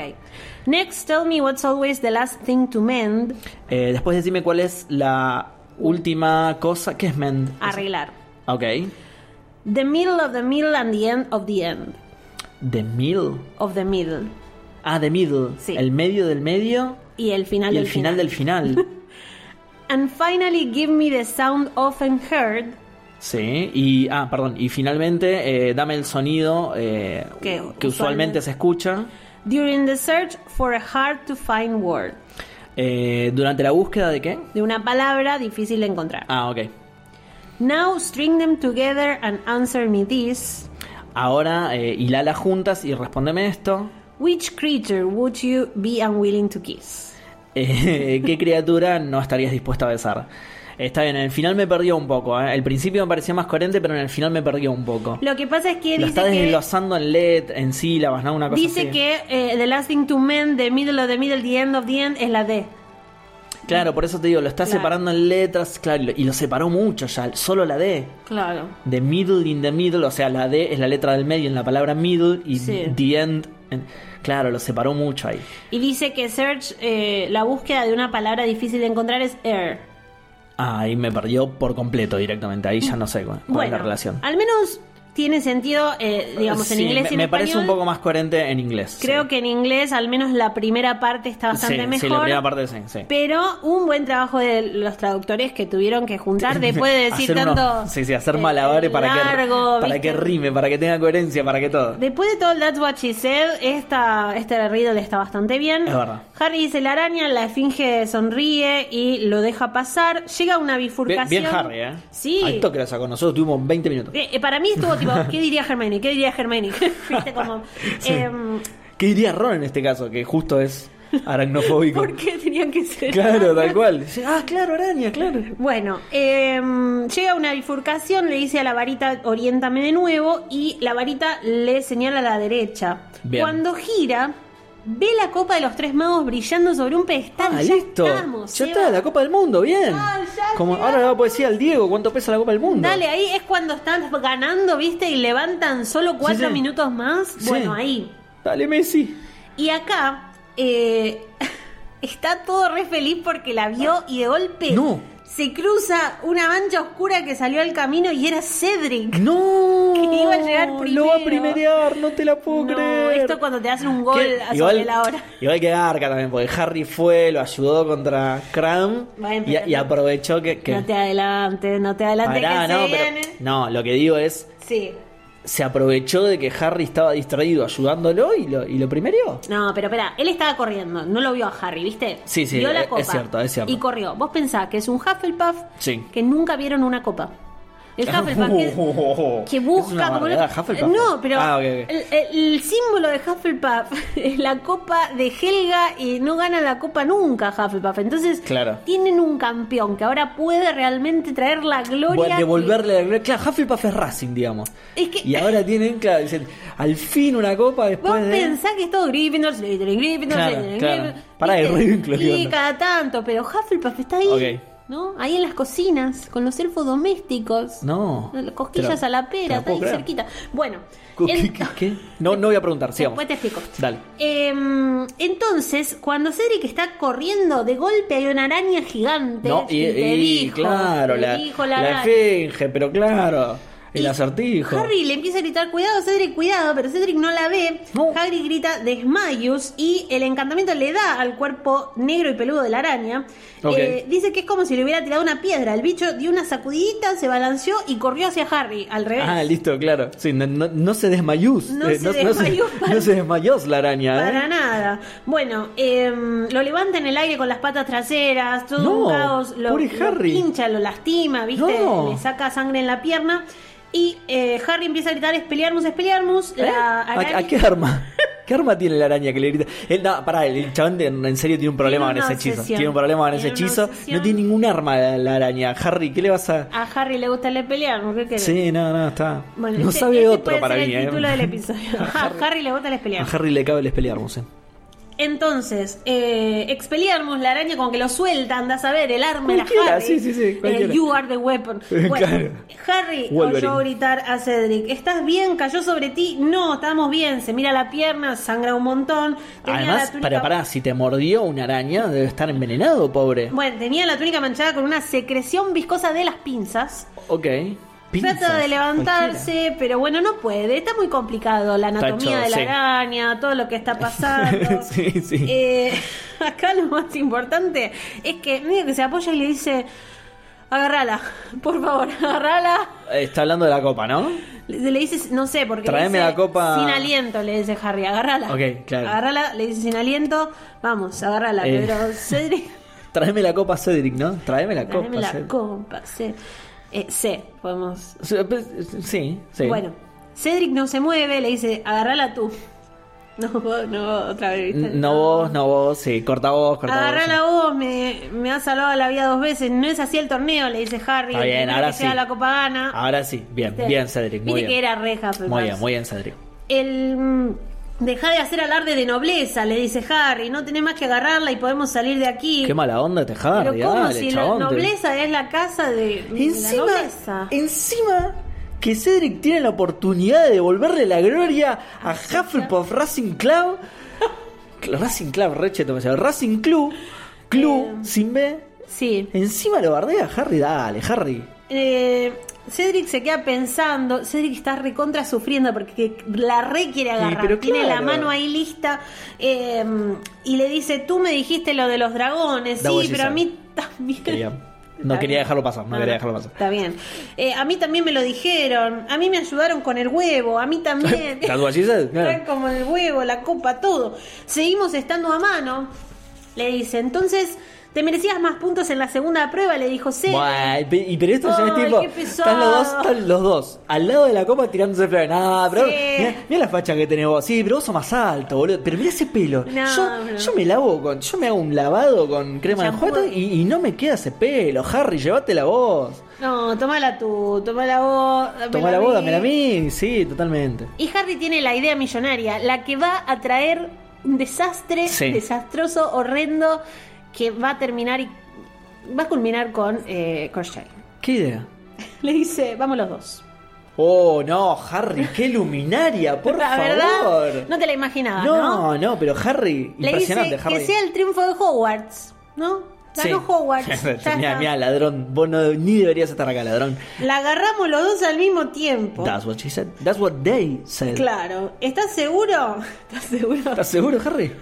[SPEAKER 2] Next, tell me what's always the last thing to mend.
[SPEAKER 1] Eh, después decime cuál es la última cosa. ¿Qué es mend?
[SPEAKER 2] Arreglar.
[SPEAKER 1] Ok.
[SPEAKER 2] The middle of the middle and the end of the end.
[SPEAKER 1] The middle.
[SPEAKER 2] Of the middle.
[SPEAKER 1] Ah, the middle.
[SPEAKER 2] Sí.
[SPEAKER 1] El medio del medio
[SPEAKER 2] Y el final
[SPEAKER 1] y
[SPEAKER 2] del
[SPEAKER 1] el final, del final.
[SPEAKER 2] And finally, give me the sound often heard.
[SPEAKER 1] Sí, y ah, perdón, y finalmente eh, dame el sonido eh,
[SPEAKER 2] Que
[SPEAKER 1] que,
[SPEAKER 2] usualmente-
[SPEAKER 1] usualmente, se escucha
[SPEAKER 2] During the search for a hard to find word.
[SPEAKER 1] eh, durante la búsqueda de qué.
[SPEAKER 2] De una palabra difícil de encontrar.
[SPEAKER 1] Ah, ok.
[SPEAKER 2] Now string them together and answer me this.
[SPEAKER 1] Ahora eh, hilala juntas y respóndeme esto.
[SPEAKER 2] Which creature would you be unwilling to kiss?
[SPEAKER 1] Eh, ¿Qué criatura no estarías dispuesta a besar? Está bien, en el final me perdió un poco. ¿eh? El principio me parecía más coherente, pero en el final me perdió un poco.
[SPEAKER 2] Lo que pasa es que
[SPEAKER 1] Lo
[SPEAKER 2] dice
[SPEAKER 1] está
[SPEAKER 2] que
[SPEAKER 1] desglosando en LED, en sílabas, ¿no? Una cosa
[SPEAKER 2] dice
[SPEAKER 1] así.
[SPEAKER 2] que eh, the last thing to mend, the middle of the middle, the end of the end es la D.
[SPEAKER 1] Claro, por eso te digo, lo está
[SPEAKER 2] Claro.
[SPEAKER 1] separando en letras, claro, y lo- y lo separó mucho ya, solo la D.
[SPEAKER 2] Claro.
[SPEAKER 1] The middle in the middle, o sea, la D es la letra del medio en la palabra middle y
[SPEAKER 2] Sí.
[SPEAKER 1] the end. en- claro, lo separó mucho ahí.
[SPEAKER 2] Y dice que search, eh, la búsqueda de una palabra difícil de encontrar es er. air.
[SPEAKER 1] Ah, ahí me perdió por completo directamente. Ahí ya no sé cu- cuál, es
[SPEAKER 2] Bueno,
[SPEAKER 1] la relación.
[SPEAKER 2] al menos tiene sentido, eh, digamos, en
[SPEAKER 1] Sí,
[SPEAKER 2] inglés
[SPEAKER 1] me,
[SPEAKER 2] y en
[SPEAKER 1] me
[SPEAKER 2] español.
[SPEAKER 1] parece un poco más coherente en inglés.
[SPEAKER 2] Creo
[SPEAKER 1] sí.
[SPEAKER 2] que en inglés, al menos la primera parte está bastante
[SPEAKER 1] sí,
[SPEAKER 2] mejor.
[SPEAKER 1] Sí, la primera parte sí, sí.
[SPEAKER 2] Pero un buen trabajo de los traductores que tuvieron que juntar después de decir
[SPEAKER 1] Hacer unos-
[SPEAKER 2] tanto.
[SPEAKER 1] sí, sí, hacer
[SPEAKER 2] eh,
[SPEAKER 1] malabares para,
[SPEAKER 2] largo,
[SPEAKER 1] que, para
[SPEAKER 2] ¿viste?
[SPEAKER 1] que rime, para que tenga coherencia, para que todo.
[SPEAKER 2] Después de todo el That's What She Said, esta, este Riddle está bastante bien.
[SPEAKER 1] Es verdad.
[SPEAKER 2] Harry dice la araña, la esfinge sonríe y lo deja pasar. Llega a una
[SPEAKER 1] Bien,
[SPEAKER 2] bifurcación.
[SPEAKER 1] bien Harry, ¿eh?
[SPEAKER 2] Sí.
[SPEAKER 1] Al toque lo sacó. Nosotros tuvimos 20 minutos.
[SPEAKER 2] Eh, eh, para mí estuvo tipo, ¿qué diría Hermione? ¿Qué diría Hermione? Viste como,
[SPEAKER 1] Sí.
[SPEAKER 2] em,
[SPEAKER 1] ¿Qué diría Ron en este caso? Que justo es aracnofóbico.
[SPEAKER 2] ¿Por qué tenían que ser?
[SPEAKER 1] Claro, tal cual. Dice, Ah, claro, araña, claro.
[SPEAKER 2] Bueno, em, llega una bifurcación, le dice a la varita, oriéntame de nuevo, y la varita le señala a la derecha.
[SPEAKER 1] Bien.
[SPEAKER 2] Cuando gira, ve la copa de los tres magos brillando sobre un pedestal.
[SPEAKER 1] Ah,
[SPEAKER 2] ya
[SPEAKER 1] listo.
[SPEAKER 2] estamos.
[SPEAKER 1] ya
[SPEAKER 2] Seba.
[SPEAKER 1] está, la Copa del Mundo, bien.
[SPEAKER 2] Ah, ya
[SPEAKER 1] Como
[SPEAKER 2] llegamos.
[SPEAKER 1] ahora le voy a decir al Diego cuánto pesa la Copa del Mundo.
[SPEAKER 2] Dale, ahí es cuando están ganando, ¿viste? Y levantan solo cuatro
[SPEAKER 1] sí.
[SPEAKER 2] minutos más.
[SPEAKER 1] Sí.
[SPEAKER 2] Bueno, ahí.
[SPEAKER 1] Dale, Messi.
[SPEAKER 2] Y acá eh, está todo re feliz porque la vio y de golpe
[SPEAKER 1] No.
[SPEAKER 2] se cruza una mancha oscura que salió al camino y era Cedric.
[SPEAKER 1] No.
[SPEAKER 2] Que iba a llegar
[SPEAKER 1] Lo va a
[SPEAKER 2] primero.
[SPEAKER 1] primerear, no te la puedo
[SPEAKER 2] No,
[SPEAKER 1] creer.
[SPEAKER 2] esto cuando te hacen un gol
[SPEAKER 1] ¿Qué?
[SPEAKER 2] a sobre
[SPEAKER 1] igual,
[SPEAKER 2] la hora.
[SPEAKER 1] igual que Arca también, porque Harry fue, lo ayudó contra Cram
[SPEAKER 2] Bueno,
[SPEAKER 1] y,
[SPEAKER 2] pero
[SPEAKER 1] y
[SPEAKER 2] no-
[SPEAKER 1] aprovechó que. que
[SPEAKER 2] No te adelantes, no te adelantes
[SPEAKER 1] Pará,
[SPEAKER 2] que se
[SPEAKER 1] no, pero-
[SPEAKER 2] viene.
[SPEAKER 1] no, lo que digo es,
[SPEAKER 2] Sí.
[SPEAKER 1] se aprovechó de que Harry estaba distraído ayudándolo y lo, y lo primereó.
[SPEAKER 2] No, pero espera, él estaba corriendo, no lo vio a Harry, ¿viste?
[SPEAKER 1] Sí, sí,
[SPEAKER 2] vio la
[SPEAKER 1] es-
[SPEAKER 2] copa
[SPEAKER 1] es cierto, es cierto.
[SPEAKER 2] Y corrió. Vos pensás que es un Hufflepuff
[SPEAKER 1] Sí. Uh,
[SPEAKER 2] que nunca vieron una copa. El Hufflepuff que, que busca
[SPEAKER 1] Es una
[SPEAKER 2] como
[SPEAKER 1] barbaridad,
[SPEAKER 2] loco.
[SPEAKER 1] Hufflepuff.
[SPEAKER 2] No, pero
[SPEAKER 1] Ah, ok, ok.
[SPEAKER 2] El, el- el símbolo de Hufflepuff es la copa de Helga y no gana la copa nunca Hufflepuff. Entonces,
[SPEAKER 1] Claro.
[SPEAKER 2] tienen un campeón que ahora puede realmente traer la gloria.
[SPEAKER 1] Bueno,
[SPEAKER 2] que-
[SPEAKER 1] devolverle la gloria. Claro, Hufflepuff es Racing, digamos.
[SPEAKER 2] Es que-
[SPEAKER 1] Y ahora tienen, claro, dicen, al fin una copa después
[SPEAKER 2] Vos
[SPEAKER 1] de.
[SPEAKER 2] pensás que es todo Gryffindor, Slytherin, Gryffindor,
[SPEAKER 1] Claro,
[SPEAKER 2] Slytherin,
[SPEAKER 1] claro.
[SPEAKER 2] Gryffindor,
[SPEAKER 1] Pará,
[SPEAKER 2] ¿viste?
[SPEAKER 1] es Ravenclaw, ¿qué
[SPEAKER 2] Y
[SPEAKER 1] onda?
[SPEAKER 2] cada tanto, pero Hufflepuff está ahí,
[SPEAKER 1] Ok.
[SPEAKER 2] ¿no? Ahí en las cocinas, con los elfos domésticos.
[SPEAKER 1] No. Te
[SPEAKER 2] Cosquillas
[SPEAKER 1] la-
[SPEAKER 2] a la
[SPEAKER 1] te
[SPEAKER 2] pera,
[SPEAKER 1] la
[SPEAKER 2] está
[SPEAKER 1] puedo
[SPEAKER 2] ahí
[SPEAKER 1] creer.
[SPEAKER 2] cerquita. Bueno.
[SPEAKER 1] ¿Qué,
[SPEAKER 2] en-
[SPEAKER 1] qué- qué? No, no voy a preguntar, sigamos.
[SPEAKER 2] Después te explico.
[SPEAKER 1] Dale.
[SPEAKER 2] Em, entonces, cuando Cedric está corriendo, de golpe hay una araña gigante.
[SPEAKER 1] No, y,
[SPEAKER 2] y te
[SPEAKER 1] y,
[SPEAKER 2] dijo,
[SPEAKER 1] claro,
[SPEAKER 2] te
[SPEAKER 1] la,
[SPEAKER 2] dijo
[SPEAKER 1] la
[SPEAKER 2] araña.
[SPEAKER 1] esfinge, pero claro, el
[SPEAKER 2] Y
[SPEAKER 1] acertijo.
[SPEAKER 2] Harry le empieza a gritar, cuidado Cedric, cuidado, pero Cedric no la ve.
[SPEAKER 1] No.
[SPEAKER 2] Harry grita desmayos y el encantamiento le da al cuerpo negro y peludo de la araña.
[SPEAKER 1] Ok.
[SPEAKER 2] Eh, dice que es como si le hubiera tirado una piedra. El bicho dio una sacudidita, se balanceó y corrió hacia Harry, al revés.
[SPEAKER 1] Ah, listo, claro. Sí, no, no- no se desmayó.
[SPEAKER 2] No
[SPEAKER 1] Eh,
[SPEAKER 2] se desmayó para-
[SPEAKER 1] no se desmayó la araña. ¿eh?
[SPEAKER 2] Para nada. Bueno, em, lo levanta en el aire con las patas traseras, todo
[SPEAKER 1] No,
[SPEAKER 2] un caos. Lo,
[SPEAKER 1] pobre
[SPEAKER 2] lo
[SPEAKER 1] Harry.
[SPEAKER 2] pincha, lo lastima, ¿viste?
[SPEAKER 1] No.
[SPEAKER 2] Le saca sangre en la pierna. Y eh, Harry empieza a gritar, espelearmus, espelearmus.
[SPEAKER 1] ¿Eh?
[SPEAKER 2] La
[SPEAKER 1] ¿A-
[SPEAKER 2] araña-
[SPEAKER 1] ¿A, qué arma? ¿Qué arma tiene la araña que le grita? Él, no, pará, el, el chabón de- en serio tiene un problema
[SPEAKER 2] Tiene
[SPEAKER 1] con ese
[SPEAKER 2] una
[SPEAKER 1] hechizo.
[SPEAKER 2] obsesión.
[SPEAKER 1] Tiene un problema con ese
[SPEAKER 2] Tiene una
[SPEAKER 1] hechizo.
[SPEAKER 2] obsesión.
[SPEAKER 1] No tiene ningún arma la, la araña. Harry, ¿qué le vas a...?
[SPEAKER 2] A Harry le gusta el espelearmus, ¿qué querés?
[SPEAKER 1] Sí, no, no, está...
[SPEAKER 2] Bueno,
[SPEAKER 1] no
[SPEAKER 2] este-
[SPEAKER 1] sabe
[SPEAKER 2] este
[SPEAKER 1] otro
[SPEAKER 2] puede
[SPEAKER 1] para
[SPEAKER 2] ser
[SPEAKER 1] mí,
[SPEAKER 2] el
[SPEAKER 1] ¿eh?
[SPEAKER 2] título del episodio. A Harry le gusta el
[SPEAKER 1] A
[SPEAKER 2] espelearmus.
[SPEAKER 1] Harry le cabe el espelearmus, eh.
[SPEAKER 2] Entonces, eh, expeliarmos la araña como que lo suelta, anda a saber, el arma era
[SPEAKER 3] Cualquiera,
[SPEAKER 2] Harry.
[SPEAKER 3] sí, sí, sí,
[SPEAKER 2] Eh,
[SPEAKER 3] cualquiera.
[SPEAKER 2] you are the weapon.
[SPEAKER 3] Claro.
[SPEAKER 2] Bueno, Harry
[SPEAKER 3] Wolverine.
[SPEAKER 2] oyó gritar a Cedric, ¿estás bien? ¿Cayó sobre ti? No, estamos bien. Se mira la pierna, sangra un montón. Tenía la
[SPEAKER 1] Además,
[SPEAKER 2] túnica-
[SPEAKER 1] para pará, si te mordió una araña, debe estar envenenado, pobre.
[SPEAKER 2] Bueno, tenía la túnica manchada con una secreción viscosa de las pinzas.
[SPEAKER 1] Ok.
[SPEAKER 2] Trata de
[SPEAKER 1] Pinzas,
[SPEAKER 2] levantarse, pero bueno, no puede. Está muy complicado la
[SPEAKER 1] Está
[SPEAKER 2] anatomía
[SPEAKER 1] hecho,
[SPEAKER 2] de la
[SPEAKER 1] sí.
[SPEAKER 2] araña, todo lo que está pasando.
[SPEAKER 3] Sí, sí.
[SPEAKER 2] Eh, acá lo más importante es que medio que se apoya y le dice, agarrala, por favor, agarrala.
[SPEAKER 1] cualquiera. Está hablando de la copa, ¿no?
[SPEAKER 2] Le, le dice, no sé, porque... le
[SPEAKER 1] Tráeme
[SPEAKER 2] dice,
[SPEAKER 1] la copa.
[SPEAKER 2] Sin aliento, le dice Harry, agarrala.
[SPEAKER 1] Ok, claro.
[SPEAKER 2] Agarrala, le dice sin aliento, vamos, agarrala.
[SPEAKER 1] Eh.
[SPEAKER 2] Pero Cedric...
[SPEAKER 1] Tráeme la copa, Cedric, ¿no? Tráeme la
[SPEAKER 2] Tráeme
[SPEAKER 1] copa.
[SPEAKER 2] la
[SPEAKER 1] Cedric.
[SPEAKER 2] copa, sí. Eh, sí, podemos
[SPEAKER 1] Sí, pues, Sí, sí.
[SPEAKER 2] Bueno, Cedric no se mueve, le dice, agarrala tú. No, vos, no, vos, otra vez, ¿viste?
[SPEAKER 1] N- No vos, no vos, sí, corta vos, corta
[SPEAKER 2] Agarrala
[SPEAKER 1] vos.
[SPEAKER 2] vos, me, me has salvado la vida dos veces. No es así el torneo, le dice Harry.
[SPEAKER 1] Está
[SPEAKER 2] el
[SPEAKER 1] bien,
[SPEAKER 2] primero
[SPEAKER 1] ahora
[SPEAKER 2] que
[SPEAKER 1] sí.
[SPEAKER 2] llega a la copa gana.
[SPEAKER 1] Ahora sí, bien,
[SPEAKER 2] ¿Viste?
[SPEAKER 1] bien, Cedric, muy
[SPEAKER 2] Viste que
[SPEAKER 1] bien.
[SPEAKER 2] era reja, pero
[SPEAKER 1] Muy bien, muy bien, Cedric.
[SPEAKER 2] El. mm, Deja de hacer alarde de nobleza, le dice Harry. No tenés más que agarrarla y podemos salir de aquí.
[SPEAKER 1] Qué mala onda te
[SPEAKER 2] Pero
[SPEAKER 1] Harry,
[SPEAKER 2] ¿cómo?
[SPEAKER 1] dale,
[SPEAKER 2] si
[SPEAKER 1] chabón, te-
[SPEAKER 2] la nobleza es la casa de, de
[SPEAKER 1] Encima,
[SPEAKER 2] la nobleza.
[SPEAKER 1] encima que Cedric tiene la oportunidad de devolverle la gloria a Hufflepuff Racing Club. Cl- Racing Club, recheto, me llama. Racing Club,
[SPEAKER 2] Eh.
[SPEAKER 1] Club, sin B.
[SPEAKER 2] Sí.
[SPEAKER 1] Encima lo bardea a Harry, dale, Harry.
[SPEAKER 2] Eh, Cedric se queda pensando. Cedric está recontra sufriendo porque la re quiere agarrar.
[SPEAKER 1] pero
[SPEAKER 2] Tiene la
[SPEAKER 1] claro.
[SPEAKER 2] mano ahí lista. eh, y le dice: Tú me dijiste lo de los dragones.
[SPEAKER 1] Da vos
[SPEAKER 2] sí,
[SPEAKER 1] sí
[SPEAKER 2] pero a
[SPEAKER 1] sabe.
[SPEAKER 2] mí también.
[SPEAKER 1] Quería- no
[SPEAKER 2] Está
[SPEAKER 1] quería
[SPEAKER 2] bien.
[SPEAKER 1] dejarlo pasar, no quería dejarlo pasar.
[SPEAKER 2] Está bien. Eh, a mí también me lo dijeron. A mí me ayudaron con el huevo. A mí también.
[SPEAKER 1] ¿Estás allí, Cedric? Claro.
[SPEAKER 2] Traen como el huevo, la copa, todo. Seguimos estando a mano. Le dice: Entonces. Te merecías más puntos en la segunda prueba, le dijo Cedric.
[SPEAKER 1] Buah, y pe- y pero esto ya es
[SPEAKER 2] Ay,
[SPEAKER 1] tipo.
[SPEAKER 2] qué pesado.
[SPEAKER 1] Están los dos, están los dos. Al lado de la copa tirándose flores. Nah, pero
[SPEAKER 2] Sí.
[SPEAKER 1] mirá, mirá la facha que tenés vos. Sí, pero vos sos más alto, boludo. Pero mirá ese pelo.
[SPEAKER 2] No,
[SPEAKER 1] yo,
[SPEAKER 2] bro.
[SPEAKER 1] yo me lavo con. Yo me hago un lavado con crema de
[SPEAKER 2] Shampoo.
[SPEAKER 1] enjuague y, y no me queda ese pelo. Harry, llévatela vos.
[SPEAKER 2] No, tomala tú, tomala vos. dámela
[SPEAKER 1] Tomá la
[SPEAKER 2] a mí.
[SPEAKER 1] boda, me la mí. Sí, totalmente.
[SPEAKER 2] Y Harry tiene la idea millonaria, la que va a traer un desastre
[SPEAKER 1] Sí.
[SPEAKER 2] desastroso, horrendo, que va a terminar y va a culminar con eh, con Shane.
[SPEAKER 1] ¿Qué idea?
[SPEAKER 2] Le dice, vamos los dos.
[SPEAKER 1] Oh, no, Harry, qué luminaria, por
[SPEAKER 2] la
[SPEAKER 1] favor.
[SPEAKER 2] verdad, no te la imaginabas, ¿no?
[SPEAKER 1] no, no, pero Harry,
[SPEAKER 2] Le
[SPEAKER 1] impresionante,
[SPEAKER 2] dice
[SPEAKER 1] Harry.
[SPEAKER 2] que sea el triunfo de Hogwarts, ¿no? Ganó Hogwarts. ya está.
[SPEAKER 1] mira, mira, ladrón, vos no- ni deberías estar acá, ladrón.
[SPEAKER 2] La agarramos los dos al mismo tiempo.
[SPEAKER 1] That's what she said. That's what they said.
[SPEAKER 2] Claro. ¿Estás seguro? ¿Estás seguro?
[SPEAKER 1] ¿Estás seguro, Harry?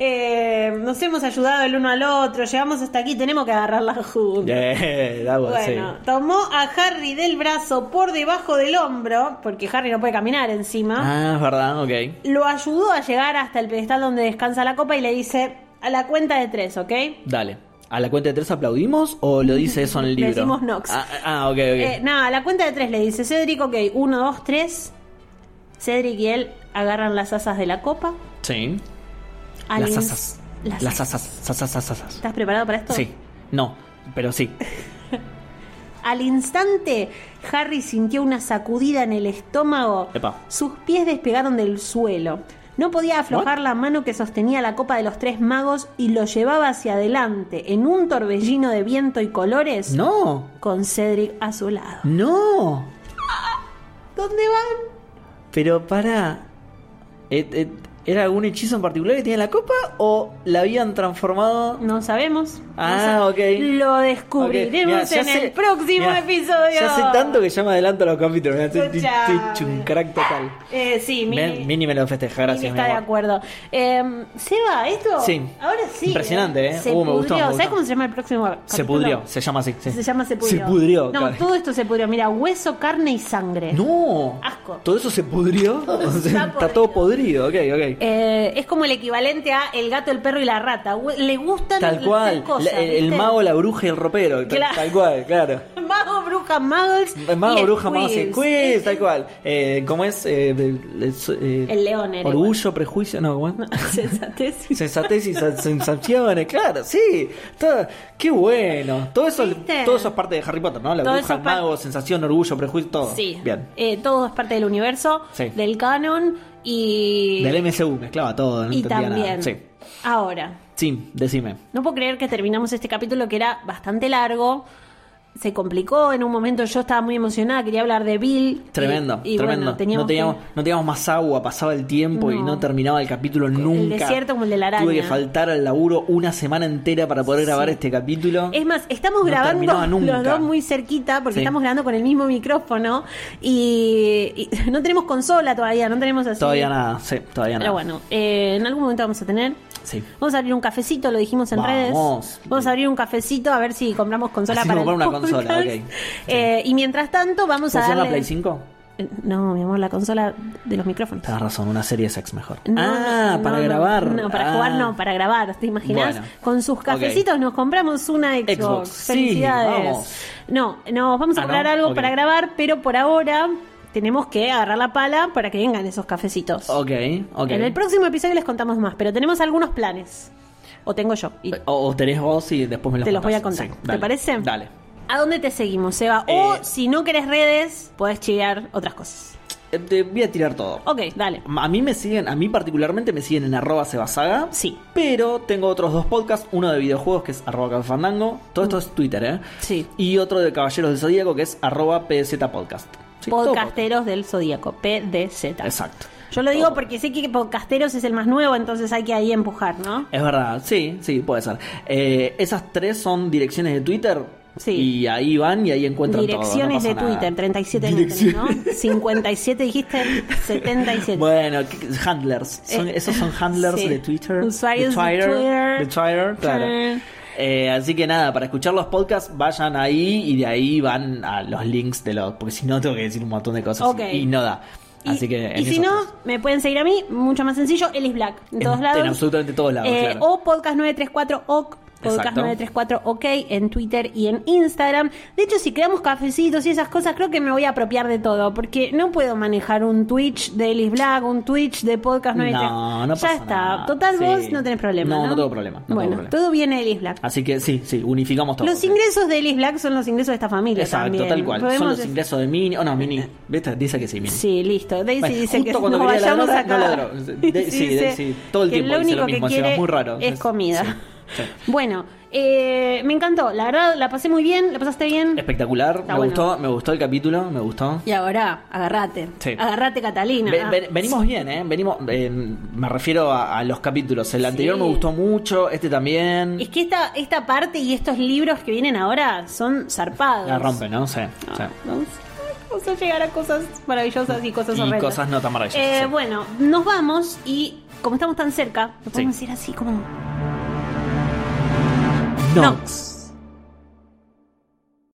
[SPEAKER 2] Eh, nos hemos ayudado el uno al otro, llegamos hasta aquí, tenemos que agarrarla juntos.
[SPEAKER 1] Yeah, that was
[SPEAKER 2] Bueno, tomó a Harry del brazo por debajo del hombro, porque Harry no puede caminar encima.
[SPEAKER 1] Ah, es verdad, ok.
[SPEAKER 2] Lo ayudó a llegar hasta el pedestal donde descansa la copa y le dice, a la cuenta de tres, ¿ok?
[SPEAKER 1] Dale. ¿A la cuenta de tres aplaudimos o lo dice eso en el
[SPEAKER 2] Le
[SPEAKER 1] libro?
[SPEAKER 2] decimos Nox.
[SPEAKER 1] Ah, ah, ok, ok.
[SPEAKER 2] Eh, nada, a la cuenta de tres le dice, Cedric, ok, uno, dos, tres. Cedric y él agarran las asas de la copa.
[SPEAKER 1] sí.
[SPEAKER 2] Al
[SPEAKER 1] Las
[SPEAKER 2] ins-
[SPEAKER 1] asas.
[SPEAKER 2] Las
[SPEAKER 1] Las
[SPEAKER 2] asas.
[SPEAKER 1] asas. asas, asas, asas.
[SPEAKER 2] ¿Estás preparado para esto?
[SPEAKER 1] Sí. No, pero sí.
[SPEAKER 2] Al instante, Harry sintió una sacudida en el estómago.
[SPEAKER 1] Epa.
[SPEAKER 2] Sus pies despegaron del suelo. No podía aflojar la mano que sostenía la copa de los tres magos y lo llevaba hacia adelante, en un torbellino de viento y colores,
[SPEAKER 1] No.
[SPEAKER 2] con Cedric a su lado.
[SPEAKER 1] No.
[SPEAKER 2] ¿Dónde van?
[SPEAKER 1] Pero para. Eh, eh, ¿Era algún hechizo en particular que tenía la copa o la habían transformado
[SPEAKER 2] No sabemos. No
[SPEAKER 1] Ah,
[SPEAKER 2] sa-
[SPEAKER 1] ok.
[SPEAKER 2] Lo
[SPEAKER 1] Ok,
[SPEAKER 2] descubriremos
[SPEAKER 1] mirá, ya
[SPEAKER 2] en
[SPEAKER 1] sé-
[SPEAKER 2] el próximo
[SPEAKER 1] mirá,
[SPEAKER 2] episodio.
[SPEAKER 1] Ya hace tanto que ya me adelanto los capítulos. mirá, estoy-
[SPEAKER 2] Escuchá.
[SPEAKER 1] estoy hecho un crack total.
[SPEAKER 2] Eh, sí, mi-
[SPEAKER 1] Mini, Mini me lo festeja,
[SPEAKER 2] Mini
[SPEAKER 1] gracias. mi
[SPEAKER 2] está de
[SPEAKER 1] amor.
[SPEAKER 2] acuerdo. Eh, Seba, esto.
[SPEAKER 1] Sí.
[SPEAKER 2] Ahora sí.
[SPEAKER 1] Impresionante, ¿eh?
[SPEAKER 2] Se
[SPEAKER 1] Uh, me
[SPEAKER 2] pudrió.
[SPEAKER 1] gustó, me
[SPEAKER 2] ¿Sabes
[SPEAKER 1] gustó.
[SPEAKER 2] cómo se llama el próximo
[SPEAKER 1] Se
[SPEAKER 2] capítulo?
[SPEAKER 1] pudrió, se llama así. sí.
[SPEAKER 2] Se llama se pudrió.
[SPEAKER 1] Se pudrió.
[SPEAKER 2] No,
[SPEAKER 1] claro.
[SPEAKER 2] todo esto se pudrió. Mira, hueso, carne y sangre.
[SPEAKER 1] No.
[SPEAKER 2] Asco.
[SPEAKER 1] Todo eso se pudrió. O sea,
[SPEAKER 2] está
[SPEAKER 1] está, todo podrido, ok, ok.
[SPEAKER 2] Eh, es como el equivalente a el gato, el perro y la rata. Hue- Le gustan
[SPEAKER 1] Tal
[SPEAKER 2] las
[SPEAKER 1] cual.
[SPEAKER 2] cosas,
[SPEAKER 1] La- el, el
[SPEAKER 2] ¿viste?
[SPEAKER 1] mago, la bruja y el ropero. tal-
[SPEAKER 2] Claro.
[SPEAKER 1] Tal cual, claro.
[SPEAKER 2] Mago, bruja, magos.
[SPEAKER 1] El mago,
[SPEAKER 2] y
[SPEAKER 1] bruja, mago, sí.
[SPEAKER 2] squeeze.
[SPEAKER 1] Quiz, tal cual. Eh, ¿Cómo es? Eh, el- el- eh,
[SPEAKER 2] El león era
[SPEAKER 1] Orgullo, prejuicio, no, ¿cómo es?
[SPEAKER 2] Sensatez.
[SPEAKER 1] Sensatez y sen- sensaciones, claro, sí. Todo- qué bueno. Todo eso,
[SPEAKER 2] ¿Viste?
[SPEAKER 1] todo eso es parte de Harry Potter, ¿no? La
[SPEAKER 2] Todo eso
[SPEAKER 1] bruja,
[SPEAKER 2] es
[SPEAKER 1] el mago, sensación, orgullo, prejuicio, todo.
[SPEAKER 2] Sí.
[SPEAKER 1] Oh, Bien.
[SPEAKER 2] Eh, todo es parte del universo,
[SPEAKER 1] Sí.
[SPEAKER 2] del canon. Y.
[SPEAKER 1] Del MCU, mezclaba todo, no
[SPEAKER 2] y
[SPEAKER 1] entendía
[SPEAKER 2] también.
[SPEAKER 1] nada. Sí.
[SPEAKER 2] Ahora,
[SPEAKER 1] sí, decime.
[SPEAKER 2] no puedo creer que terminamos este capítulo que era bastante largo. Se complicó en un momento, yo estaba muy emocionada, quería hablar de Bill. y-
[SPEAKER 1] Tremendo,
[SPEAKER 2] y bueno,
[SPEAKER 1] tremendo.
[SPEAKER 2] teníamos
[SPEAKER 1] no, teníamos,
[SPEAKER 2] que-
[SPEAKER 1] no teníamos más agua, pasaba el tiempo y
[SPEAKER 2] No.
[SPEAKER 1] no terminaba el capítulo nunca.
[SPEAKER 2] desierto como el de la araña.
[SPEAKER 1] Tuve que faltar al laburo una semana entera para poder grabar
[SPEAKER 2] Sí.
[SPEAKER 1] este capítulo.
[SPEAKER 2] Es más,
[SPEAKER 1] No
[SPEAKER 2] estamos
[SPEAKER 1] terminaba
[SPEAKER 2] grabando
[SPEAKER 1] nunca.
[SPEAKER 2] los dos muy cerquita porque
[SPEAKER 1] Sí.
[SPEAKER 2] estamos grabando con el mismo micrófono y, y no tenemos consola todavía, no tenemos así.
[SPEAKER 1] Todavía nada, sí, todavía nada.
[SPEAKER 2] Pero bueno, eh, en algún momento vamos a tener.
[SPEAKER 1] Sí.
[SPEAKER 2] Vamos a abrir un cafecito, lo dijimos en
[SPEAKER 1] Vamos.
[SPEAKER 2] redes. Vamos a abrir un cafecito a ver si compramos consola
[SPEAKER 1] Así
[SPEAKER 2] para
[SPEAKER 1] comprar
[SPEAKER 2] el
[SPEAKER 1] una consola,
[SPEAKER 2] podcast.
[SPEAKER 1] ok.
[SPEAKER 2] Eh, y mientras tanto vamos a
[SPEAKER 1] ¿Funciona la
[SPEAKER 2] darle...
[SPEAKER 1] Play 5?
[SPEAKER 2] Eh, No, mi amor, la consola de los micrófonos.
[SPEAKER 1] Tenés razón, una serie es mejor.
[SPEAKER 2] No,
[SPEAKER 1] ah,
[SPEAKER 2] no,
[SPEAKER 1] para
[SPEAKER 2] no,
[SPEAKER 1] grabar.
[SPEAKER 2] No, para
[SPEAKER 1] Ah.
[SPEAKER 2] jugar no, para grabar, ¿te imaginas?
[SPEAKER 1] Bueno.
[SPEAKER 2] Con sus cafecitos nos compramos una Xbox.
[SPEAKER 1] Xbox, sí,
[SPEAKER 2] Felicidades.
[SPEAKER 1] vamos.
[SPEAKER 2] No, nos vamos a
[SPEAKER 1] Ah,
[SPEAKER 2] comprar
[SPEAKER 1] ¿no?
[SPEAKER 2] algo
[SPEAKER 1] Ok.
[SPEAKER 2] para grabar, pero por ahora tenemos que agarrar la pala para que vengan esos cafecitos.
[SPEAKER 1] Ok, ok.
[SPEAKER 2] En el próximo episodio les contamos más, pero tenemos algunos planes. O tengo yo. y-
[SPEAKER 1] o, o tenés vos y después me Eh, los
[SPEAKER 2] Te los voy a
[SPEAKER 1] contás.
[SPEAKER 2] contar.
[SPEAKER 1] Sí,
[SPEAKER 2] ¿Te
[SPEAKER 1] dale,
[SPEAKER 2] parece?
[SPEAKER 1] Dale.
[SPEAKER 2] ¿A dónde te seguimos, Seba? O
[SPEAKER 1] Eh,
[SPEAKER 2] si no querés redes, podés chivear otras cosas.
[SPEAKER 1] Eh, Te voy a tirar todo.
[SPEAKER 2] Ok, dale.
[SPEAKER 1] A mí me siguen, a mí particularmente me siguen en arroba sebasaga.
[SPEAKER 2] Sí.
[SPEAKER 1] Pero tengo otros dos podcasts, uno de videojuegos que es arroba Café fandango, todo esto es Twitter, ¿eh?
[SPEAKER 2] Mm. Sí.
[SPEAKER 1] Y otro de Caballeros del Zodíaco que es arroba PZ podcast. Sí, todo podcast.
[SPEAKER 2] Podcasteros del Zodíaco, PDZ.
[SPEAKER 1] Exacto.
[SPEAKER 2] Yo lo digo porque sé que Podcasteros es el más nuevo, entonces hay que ahí empujar, ¿no?
[SPEAKER 1] Es verdad, sí, sí, puede ser. Eh, esas tres son direcciones de Twitter.
[SPEAKER 2] Sí.
[SPEAKER 1] Y ahí van y ahí encuentran todo, no
[SPEAKER 2] Direcciones
[SPEAKER 1] pasa
[SPEAKER 2] de
[SPEAKER 1] nada.
[SPEAKER 2] Twitter, 37 no tenés,
[SPEAKER 1] Direcciones.
[SPEAKER 2] ¿no? 57 dijiste, 77.
[SPEAKER 1] Bueno, ¿qué- handlers. Son-
[SPEAKER 2] Eh,
[SPEAKER 1] esos son handlers
[SPEAKER 2] sí.
[SPEAKER 1] de Twitter.
[SPEAKER 2] Usuarios de
[SPEAKER 1] de Twitter.
[SPEAKER 2] Twitter.
[SPEAKER 1] de Twitter, claro.
[SPEAKER 2] Sí.
[SPEAKER 1] Eh, así que nada, para escuchar los podcasts, vayan ahí y de ahí van a los links de los. Porque si no, tengo que decir un montón de cosas
[SPEAKER 2] Ok.
[SPEAKER 1] y, y no da.
[SPEAKER 2] Y-
[SPEAKER 1] Así que. en
[SPEAKER 2] y si
[SPEAKER 1] esos
[SPEAKER 2] no,
[SPEAKER 1] tres.
[SPEAKER 2] me pueden seguir a mí, mucho más sencillo, Elis Black, en todos
[SPEAKER 1] En-
[SPEAKER 2] lados. Eh,
[SPEAKER 1] en absolutamente todos lados, claro.
[SPEAKER 2] O Podcast 934 OK. Podcast
[SPEAKER 1] Exacto.
[SPEAKER 2] 934 OK en Twitter y en Instagram. De hecho, si creamos cafecitos y esas cosas, creo que me voy a apropiar de todo, porque no puedo manejar un Twitch de Elis Black, un Twitch de Podcast 934.
[SPEAKER 1] No, no pasa
[SPEAKER 2] Ya está.
[SPEAKER 1] nada.
[SPEAKER 2] Total,
[SPEAKER 1] Sí.
[SPEAKER 2] vos no tenés problema.
[SPEAKER 1] No,
[SPEAKER 2] No,
[SPEAKER 1] no tengo problema, no tengo
[SPEAKER 2] bueno,
[SPEAKER 1] problema.
[SPEAKER 2] todo viene de Elis Black.
[SPEAKER 1] Así que sí, sí, unificamos todo.
[SPEAKER 2] los ingresos de Elis Black son los ingresos de esta familia.
[SPEAKER 1] Exacto,
[SPEAKER 2] también.
[SPEAKER 1] tal cual. Son
[SPEAKER 2] Podemos- Eh,
[SPEAKER 1] los ingresos de Mini. Oh, no, Mini. ¿Viste? Dice que sí, Mini.
[SPEAKER 2] Sí, listo. Daisy
[SPEAKER 1] Bueno,
[SPEAKER 2] dice
[SPEAKER 1] justo
[SPEAKER 2] que
[SPEAKER 1] cuando
[SPEAKER 2] nos
[SPEAKER 1] quería
[SPEAKER 2] vayamos
[SPEAKER 1] ladrar,
[SPEAKER 2] acá.
[SPEAKER 1] no ladró. De- sí,
[SPEAKER 2] dice
[SPEAKER 1] Daisy, todo el
[SPEAKER 2] que
[SPEAKER 1] tiempo
[SPEAKER 2] lo
[SPEAKER 1] dice
[SPEAKER 2] único
[SPEAKER 1] lo mismo,
[SPEAKER 2] que
[SPEAKER 1] encima,
[SPEAKER 2] quiere
[SPEAKER 1] muy raro.
[SPEAKER 2] es
[SPEAKER 1] Sí,
[SPEAKER 2] comida.
[SPEAKER 1] sí.
[SPEAKER 2] Bueno, eh, me encantó. La verdad, la pasé muy bien. ¿La pasaste bien?
[SPEAKER 1] Espectacular.
[SPEAKER 2] Está
[SPEAKER 1] me
[SPEAKER 2] bueno.
[SPEAKER 1] gustó, me gustó el capítulo, me gustó.
[SPEAKER 2] Y ahora, agarrate.
[SPEAKER 1] Sí.
[SPEAKER 2] Agarrate, Catalina.
[SPEAKER 1] Ve- ve- venimos bien, ¿eh? Venimos, eh, me refiero a, a los capítulos. El anterior
[SPEAKER 2] Sí.
[SPEAKER 1] me gustó mucho, este también.
[SPEAKER 2] Es que esta, esta parte y estos libros que vienen ahora son zarpados.
[SPEAKER 1] La rompe, ¿no? Sí, sí.
[SPEAKER 2] Ah, vamos- Vamos a llegar a cosas maravillosas y cosas
[SPEAKER 1] Y
[SPEAKER 2] horrendas.
[SPEAKER 1] cosas no tan maravillosas.
[SPEAKER 2] Eh,
[SPEAKER 1] sí.
[SPEAKER 2] Bueno, nos vamos y como estamos tan cerca, lo podemos decir así como...
[SPEAKER 1] Nox.